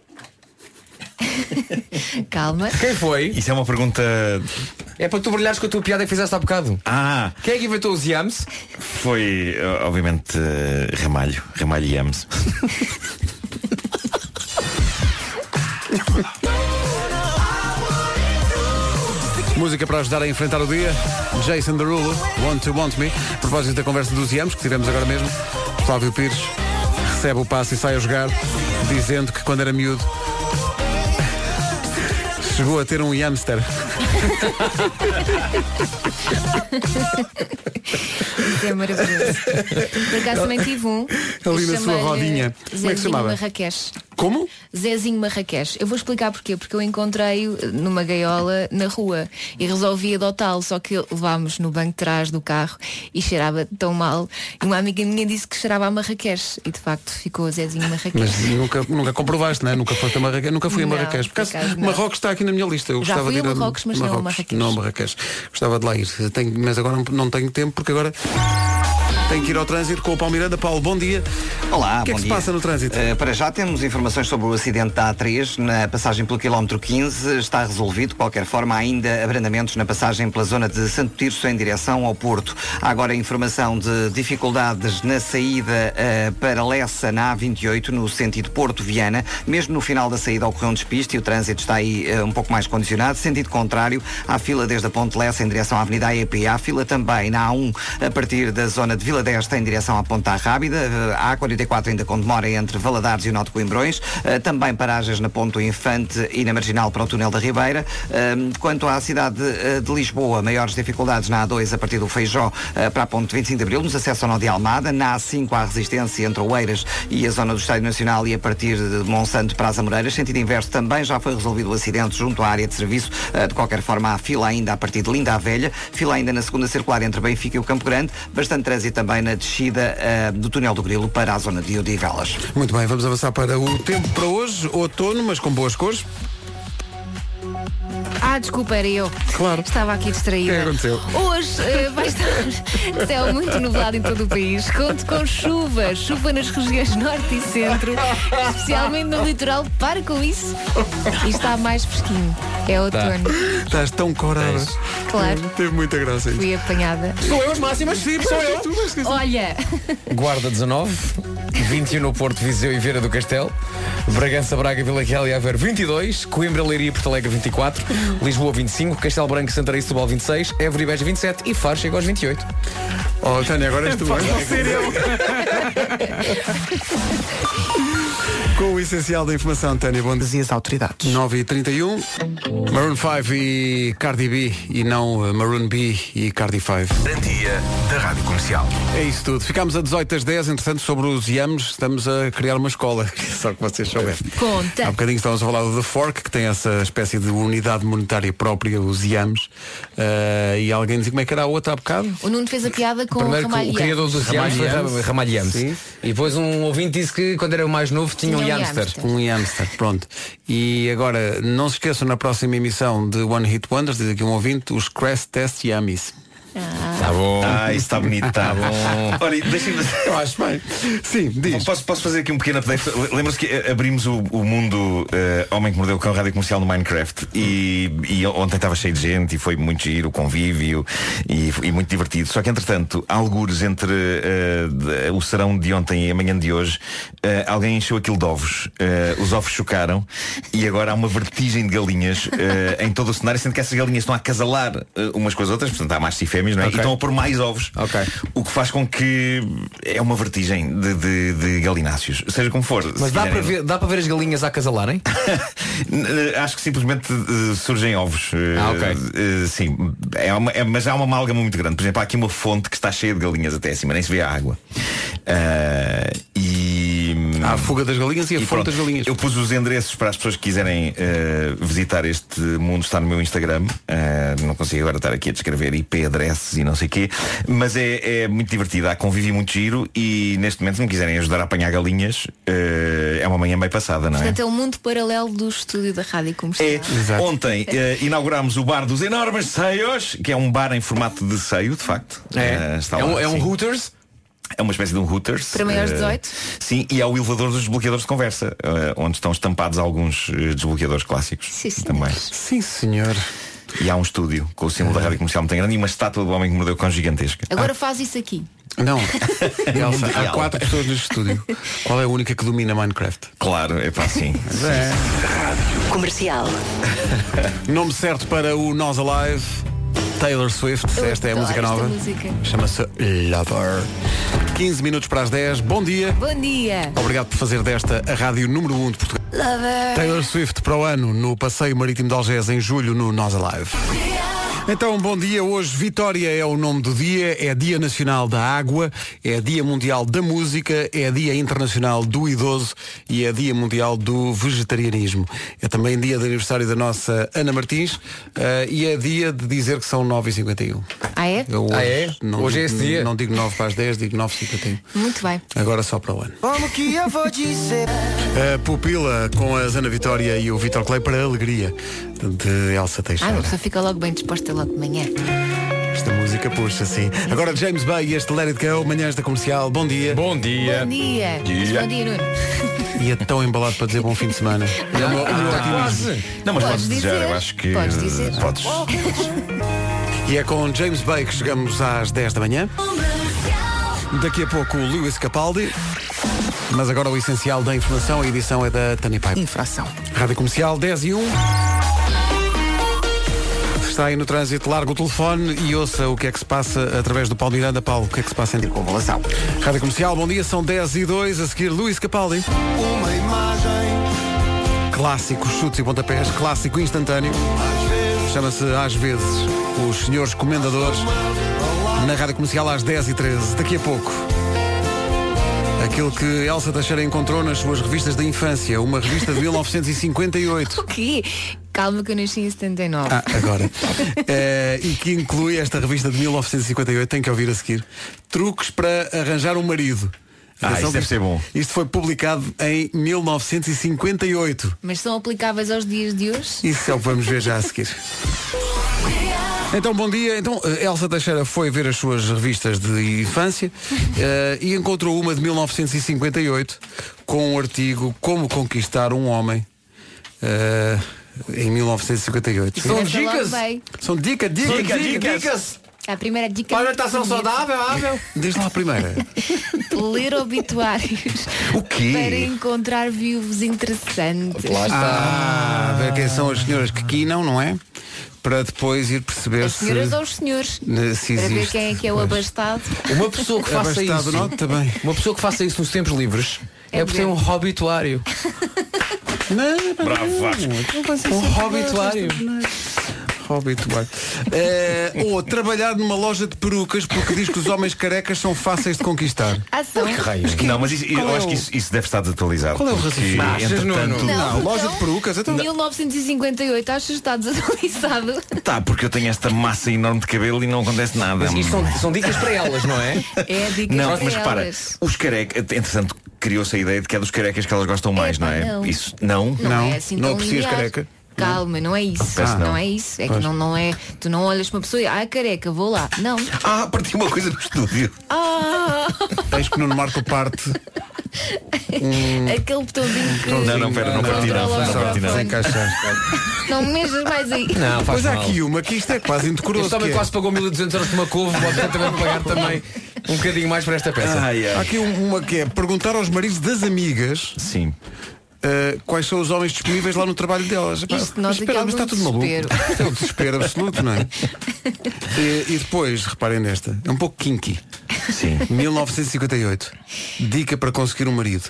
Calma. Quem foi? Isso é uma pergunta. É para tu brilhares com a tua piada que fizeste há bocado. Ah! Quem é que inventou os yams? Foi, eh, obviamente, eh, Ramalho. Ramalho e Yams. Música para ajudar a enfrentar o dia. Jason Derulo, Want to Want Me. A propósito da conversa dos Yams, que tivemos agora mesmo, Flávio Pires recebe o passe e sai a jogar, dizendo que quando era miúdo chegou a ter um Yamster. Isso é maravilhoso. Por acaso também tive um. Ali na Chamei-lhe sua rodinha. Como é que se Zezinho chamava? Marrakech. Como? Zezinho Marrakech. Eu vou explicar porquê. Porque eu encontrei numa gaiola na rua e resolvi adotá-lo, só que levámos no banco de trás do carro e cheirava tão mal. E uma amiga minha disse que cheirava a Marrakech e de facto ficou Zezinho Marrakech. Mas nunca, nunca comprovaste, não é? Nunca foste a Marrakech, nunca fui a Não, Marrakech. Por por acaso, acaso não. Marrocos está aqui na minha lista. Eu Já gostava fui de ir a Marrocos, mas não a Marrakech. Não a Marrakech. Gostava de lá ir. Tenho- mas agora não tenho tempo porque agora tenho que ir ao trânsito com o Paulo Miranda. Paulo, bom dia. Olá, O que Ah, bom é que se dia. passa no trânsito? Eh, para já temos informações sobre o acidente da A3 na passagem pelo quilómetro 15. Está resolvido. De qualquer forma, há ainda abrandamentos na passagem pela zona de Santo Tirso em direção ao Porto. Há agora informação de dificuldades na saída eh, para Lessa na A28 no sentido Porto-Viana. Mesmo no final da saída ocorreu um despiste e o trânsito está aí eh, um pouco mais condicionado. Sentido contrário, há fila desde a Ponte Lessa em direção à Avenida AEP. Há fila também na A1 a um, partir da zona de Vila Vila Desta em direção à Ponta Rábida, eh, a A44 ainda com demora entre Valadares e o Nó de Coimbrões, eh, também paragens na Ponto Infante e na Marginal para o Túnel da Ribeira. Eh, Quanto à cidade eh, de Lisboa, maiores dificuldades na A2 a partir do Feijó eh, para a Ponte 25 de Abril, nos acessos ao Nó de Almada, na A5 há resistência entre Oeiras e a zona do Estádio Nacional e a partir de Monsanto para as Amoreiras, sentido inverso também já foi resolvido o acidente junto à área de serviço, eh, de qualquer forma há fila ainda a partir de Linda a Velha, fila ainda na segunda circular entre Benfica e o Campo Grande, bastante trânsito também na descida eh, do Túnel do Grilo para a zona de Odivelas. Muito bem, vamos avançar para o tempo para hoje, outono, mas com boas cores. Ah, desculpa, era eu. Claro. Estava aqui distraída. O que é que aconteceu? Hoje eh, vai estar céu muito nublado em todo o país. Conto com chuva, chuva nas regiões norte e centro, especialmente no litoral. Para com isso. E está mais fresquinho. É outono. Estás tão corada. Claro. Teve muita graça isso. Fui apanhada. Sou eu as máximas? Sim, sou eu. Olha, Guarda 19, 21 no Porto, Viseu e Vieira do Castelo, Bragança, Braga, Vila Real e Aveiro 22, Coimbra, Leiria e Porto Alegre 24, Lisboa 25, Castelo Branco, Santarém e Setúbal 26, Évora e Beja 27 e Faro chega aos 28. Oh, Tânia, agora és tu. Pá, não ser Com o essencial da informação, Tânia Bom dia às autoridades. 9 e 31 Maroon 5 e Cardi B e não eh, Maroon B e Cardi 5. Dia da Rádio Comercial. É isso tudo. Ficámos a 18 às 10, entretanto, sobre os IAMs, estamos a criar uma escola. Só que vocês souberem. Há conta. bocadinho estávamos a falar do The Fork, que tem essa espécie de unidade monetária própria, os IAMs. Eh, e alguém dizia como é que era a outra há bocado? O Nuno fez a piada com Primeiro que o Ramalho. criador dos Yams foi Ra- é? Ramalho Yams. E depois um ouvinte disse que quando era mais novo tinha um Tinha um Yamster. hamster. Um hamster, pronto. E agora, não se esqueçam na próxima emissão de One Hit Wonders, diz aqui um ouvinte, os Crash Test Yummies. Tá tá Está bom. Ah, isso está bonito, está bom. Olha, deixem-me. Eu acho bem. Sim, diz. Posso, posso fazer aqui um pequeno update? Lembra-se que eh, abrimos o, o mundo eh, Homem que Mordeu o Cão Rádio Comercial no Minecraft e, e ontem estava cheio de gente e foi muito giro, o convívio e, e muito divertido. Só que, entretanto, há algures entre eh, de- o serão de ontem e amanhã de hoje, eh, alguém encheu aquilo de ovos. Eh, os ovos chocaram e agora há uma vertigem de galinhas eh, em todo o cenário, sendo que essas galinhas estão a acasalar eh, umas com as outras, portanto há machos e fêmeas, não é? Ok. E estão a pôr mais ovos. O que faz com que é uma vertigem de, de, de galináceos, seja como for. Mas se dá para, quiserem- ver, dá para ver as galinhas a acasalarem? N- Acho que simplesmente eh, surgem ovos. Eh, Ah, ok. eh, sim, é uma- é- mas há uma amálgama muito grande. Por exemplo, há aqui uma fonte que está cheia de galinhas até acima, nem se vê a água. Ah, e. Há a fuga das galinhas e a fonte das galinhas. Eu pus os endereços para as pessoas que quiserem eh, visitar este mundo, está no meu Instagram. Ah, não consigo agora estar aqui a descrever IP adresses e não sei o quê. Mas é, é muito divertido, há convívio muito giro e neste momento, se me quiserem ajudar a apanhar galinhas, eh, é uma manhã bem passada, não é? Portanto, é o mundo paralelo do estúdio da Rádio É, Comercial. Ontem eh, inaugurámos o bar dos enormes seios, que é um bar em formato de seio, de facto. É. Eh, está É lá, um- é um sim. Hooters? É uma espécie de um Hooters. Para maiores de eh, 18? sim, e há o elevador dos desbloqueadores de conversa, eh, onde estão estampados alguns eh, desbloqueadores clássicos. Sim, senhor. Também. Sim, senhor. Ah. E há um estúdio com o símbolo da rádio comercial muito grande e uma estátua do homem que mordeu o cão gigantesca. é- Agora faz isso aqui. Não. Elsa, há Mundial. quatro pessoas neste estúdio. Qual é a única que domina Minecraft? Claro, é para sim. é. Comercial. Nome certo para o Nós Alive, Taylor Swift. Eu esta é a adoro música esta nova. música. Chama-se Lover. 15 minutos para as 10. Bom dia. Bom dia. Obrigado por fazer desta a rádio número 1 de Portugal. Taylor Swift para o ano no Passeio Marítimo de Algés em julho no Nós Alive. Então, bom dia. Hoje Vitória é o nome do dia, é Dia Nacional da Água, é Dia Mundial da Música, é Dia Internacional do Idoso e é Dia Mundial do Vegetarianismo. É também dia de aniversário da nossa Ana Martins eh, e é dia de dizer que são 9h51. Ah, é? Eu Ah, é? Não Hoje é digo- esse dia? Não digo 9 para as 10, digo 9h51. Muito bem. Agora só para o ano. Como que eu vou dizer? A pupila com a Zana Vitória e o Vitor Clay para a alegria de Elsa Ah, Teixeira. uma pessoa fica logo bem disposta logo de manhã. Ah. Esta música puxa, sim. Agora James Bay e este Let It Go, manhãs da comercial. Bom dia. Bom dia. Bom dia. Dia. Bom dia, Nuno. E é tão embalado para dizer bom fim de semana. É o meu- o meu otimismo. Não, mas podes Podes desejar, dizer. eu acho que Podes dizer. eh, podes. E é com James Bay que chegamos às 10 da manhã. Daqui a pouco o Lewis Capaldi. Mas agora o essencial da informação, a edição é da Tânia Paiva. Infração. Rádio Comercial 10 e 1. está aí no trânsito, larga o telefone e ouça o que é que se passa através do Paulo Miranda. Paulo, o que é que se passa em circunvalação? Rádio Comercial, bom dia, são 10 e 2, a seguir Luís Capaldi. Uma imagem. Clássico, chutes e pontapés, clássico instantâneo. Chama-se Às vezes Os Senhores Comendadores. Na Rádio Comercial às 10 e 13 daqui a pouco. Aquilo que Elsa Teixeira encontrou nas suas revistas da infância, uma revista de 1958. O quê? Calma que eu nasci em 79. Ah, agora. Eh, e que inclui esta revista de 1958, tem que ouvir a seguir. Truques para arranjar um marido. Ah, isso Atenção, deve isto- ser bom. Isto foi publicado em 1958. Mas são aplicáveis aos dias de hoje? Isso é o que vamos ver já a seguir. Então, bom dia. Então, eh, Elsa Teixeira foi ver as suas revistas de infância eh, e encontrou uma de 1958 com um artigo Como Conquistar um Homem eh, em 1958. São Começa logo dicas? bem. São dica, dica, São dica, dicas. A primeira dica. é Alimentação saudável, ável. Desde lá a primeira. Ler obituários. O quê? Para encontrar viúvos interessantes. Ah, ver quem são as senhoras que quinam, não é? Para depois ir perceber As senhoras se... ou os senhores. né, se para ver existe. quem é que é o Pois. abastado. Uma pessoa É que faça Abastado isso. não, também. Uma pessoa que faça isso nos tempos livres É é, por ter um hobituário. Não, Bravo, Vasco. Um é hobituário. Hobituário. Eh, ou trabalhar numa loja de perucas porque diz que os homens carecas são fáceis de conquistar. Ação. Não, mas isso- Qual eu é acho o- que isso, isso deve estar desatualizado. Qual é o porque, raciocínio? Achas, entretanto- Nuno? Não, loja de perucas, então. 1958, achas que está desatualizado? Tá, porque eu tenho esta massa enorme de cabelo e não acontece nada. Mas isto são, são dicas para elas, não é? É a dica Não, para mas repara, elas. os carecas, entretanto, criou-se a ideia de que é dos carecas que elas gostam mais, Epá, não é? não. Isso não, Não, é assim tão linear. Calma, não é isso. Parece não. não. é isso. É que Pois. não, não é. Tu não olhas para uma pessoa e. Ah, careca, vou lá. Não. Ah, partiu uma coisa no estúdio. Ah! Tens que Nuno Marco parte. Aquele botãozinho que. Não, não, pera, não parti não. Controla Não o parti não. microfone. Não me mexas mais aí. Pois há aqui uma que isto é quase indecoroso. Este homem que é- quase pagou 1200 euros por uma couve, pode também pagar também um bocadinho mais para esta peça. Há aqui um- uma que é perguntar aos maridos das amigas eh, Sim. quais são os homens disponíveis lá no trabalho delas. Epá, Isto nós mas espera, aqui é mas está algum tudo maluco. desespero. Isto É um desespero absoluto, não é? E, e depois, reparem nesta, é um pouco kinky. Sim. 1958. Dica para conseguir um marido.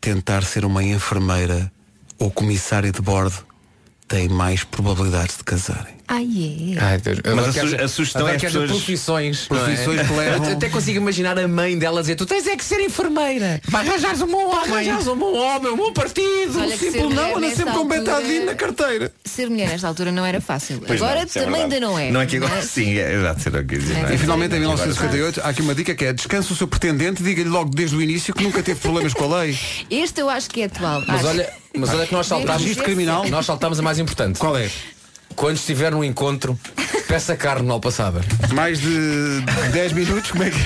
Tentar ser uma enfermeira ou comissária de bordo tem mais probabilidades de casarem. Ai, é. Mas a su- a sugestão é agora as que haja pessoas- profissões, não é? Profissões que levam- Eu até consigo imaginar a mãe dela dizer, tu tens é que ser enfermeira, vai arranjares um bom homem, arranjares um bom homem, um bom partido, Olha que sempre um ser não, mulher anda sempre nessa com betadinho altura- na carteira. Ser mulher nesta altura não era fácil. Pois agora não, isso é também verdade. ainda não é. Não é que agora mas- sim, é exato, será o que eu ia dizer, não é? E finalmente em Agora- 1958 há aqui uma dica que é descansa o seu pretendente, diga-lhe logo desde o início que nunca teve problemas com a lei. Este eu acho que é atual. Mas Acho. olha, mas olha que nós saltámos. Registro criminal. Nós saltámos a mais importante. Qual é? Quando estiver num encontro, peça carne no alpaçada. Mais de 10 minutos, como é que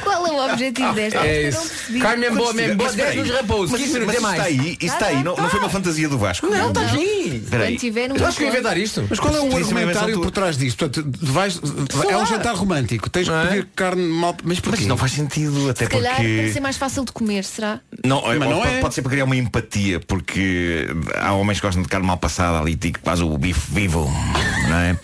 Qual é o objetivo desta? É Eu isso. não percebi. Carne em boa, Mas mesmo. espera aí. Dez nos rapaus, Mas 15 isso- minutos mas é isso mais. está aí, isso está aí, não, não foi uma fantasia do Vasco. Não, está aqui. Espera aí. Quando tiver um Eu acho que eu encontro- inventar isto. Mas qual é o Isso é uma argumentário invenção por trás disto? Portanto, vais, é um lá. jantar romântico, tens que pedir carne mal. Mas porquê? é? Mas não faz sentido, até Se calhar tem que ser porque. mais fácil de comer, será? Não, Mas ou- não pode, é. pode ser para criar uma empatia, porque há homens que gostam de carne mal passada ali, tipo, quase o bife vivo, não é?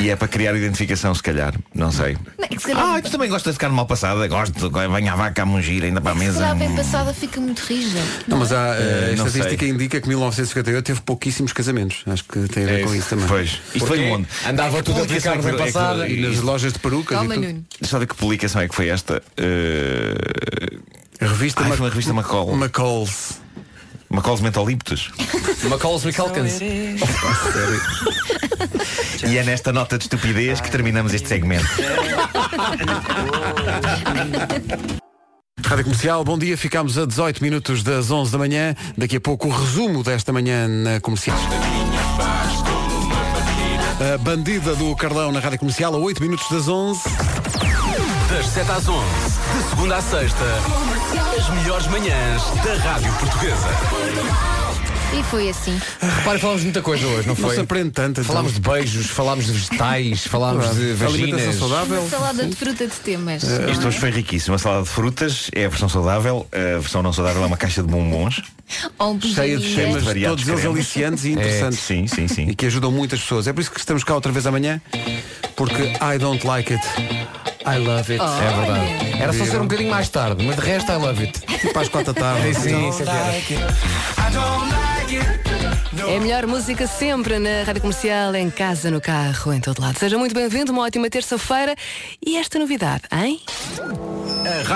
E é para criar identificação, se calhar, não sei. Não, é que se calhar, Ah, tu também gostas de carne mal passada? Gosto, vem a vaca a mungir ainda para a se mesa. calhar bem passada fica muito rija. Não, mas há, Eh, a não estatística indica que 1958 teve pouquíssimos casamentos. Acho que tem a ver É com isso. isso também. Pois. Isto Porque foi onde? Andava tudo a Porque ficar é que- bem é que- passada. E nas lojas de perucas Calma, e tudo. Nuno. Sabe que publicação é que foi esta? Eh, A revista, Ai, Mac- foi uma revista Macol. Macols. Macaul's Mentolíptus. Macaulay Micalcans. E é nesta nota de estupidez que terminamos este segmento. Rádio Comercial, bom dia. Ficámos a 18 minutos das 11 da manhã. Daqui a pouco o resumo desta manhã na Comercial. A bandida do Carlão na Rádio Comercial a 8 minutos das 11. Das 7 às 11, de segunda à sexta, as melhores manhãs da Rádio Portuguesa. E foi assim. Repara, falámos de muita coisa hoje, não foi? se aprende tanto. então. Falámos de beijos, falámos de vegetais, falámos de Alimentação vaginas. Uma salada de fruta de temas. Eh, É, Isto hoje foi riquíssimo. A salada de frutas é a versão saudável, a versão não saudável é uma caixa de bombons. Ou um Cheia de beijinho. temas, Variados todos eles cremes. aliciantes e É, interessantes. sim, sim, sim. E que ajudam muitas pessoas. É por isso que estamos cá outra vez amanhã, porque I don't like it. I love it. É verdade. Era só ser um bocadinho mais tarde, mas de resto I love it. Tipo às quatro da tarde. Então, Sim, isso é que era. É a melhor música sempre na Rádio Comercial, em casa, no carro, em todo lado. Seja muito bem-vindo, uma ótima terça-feira e esta novidade, hein?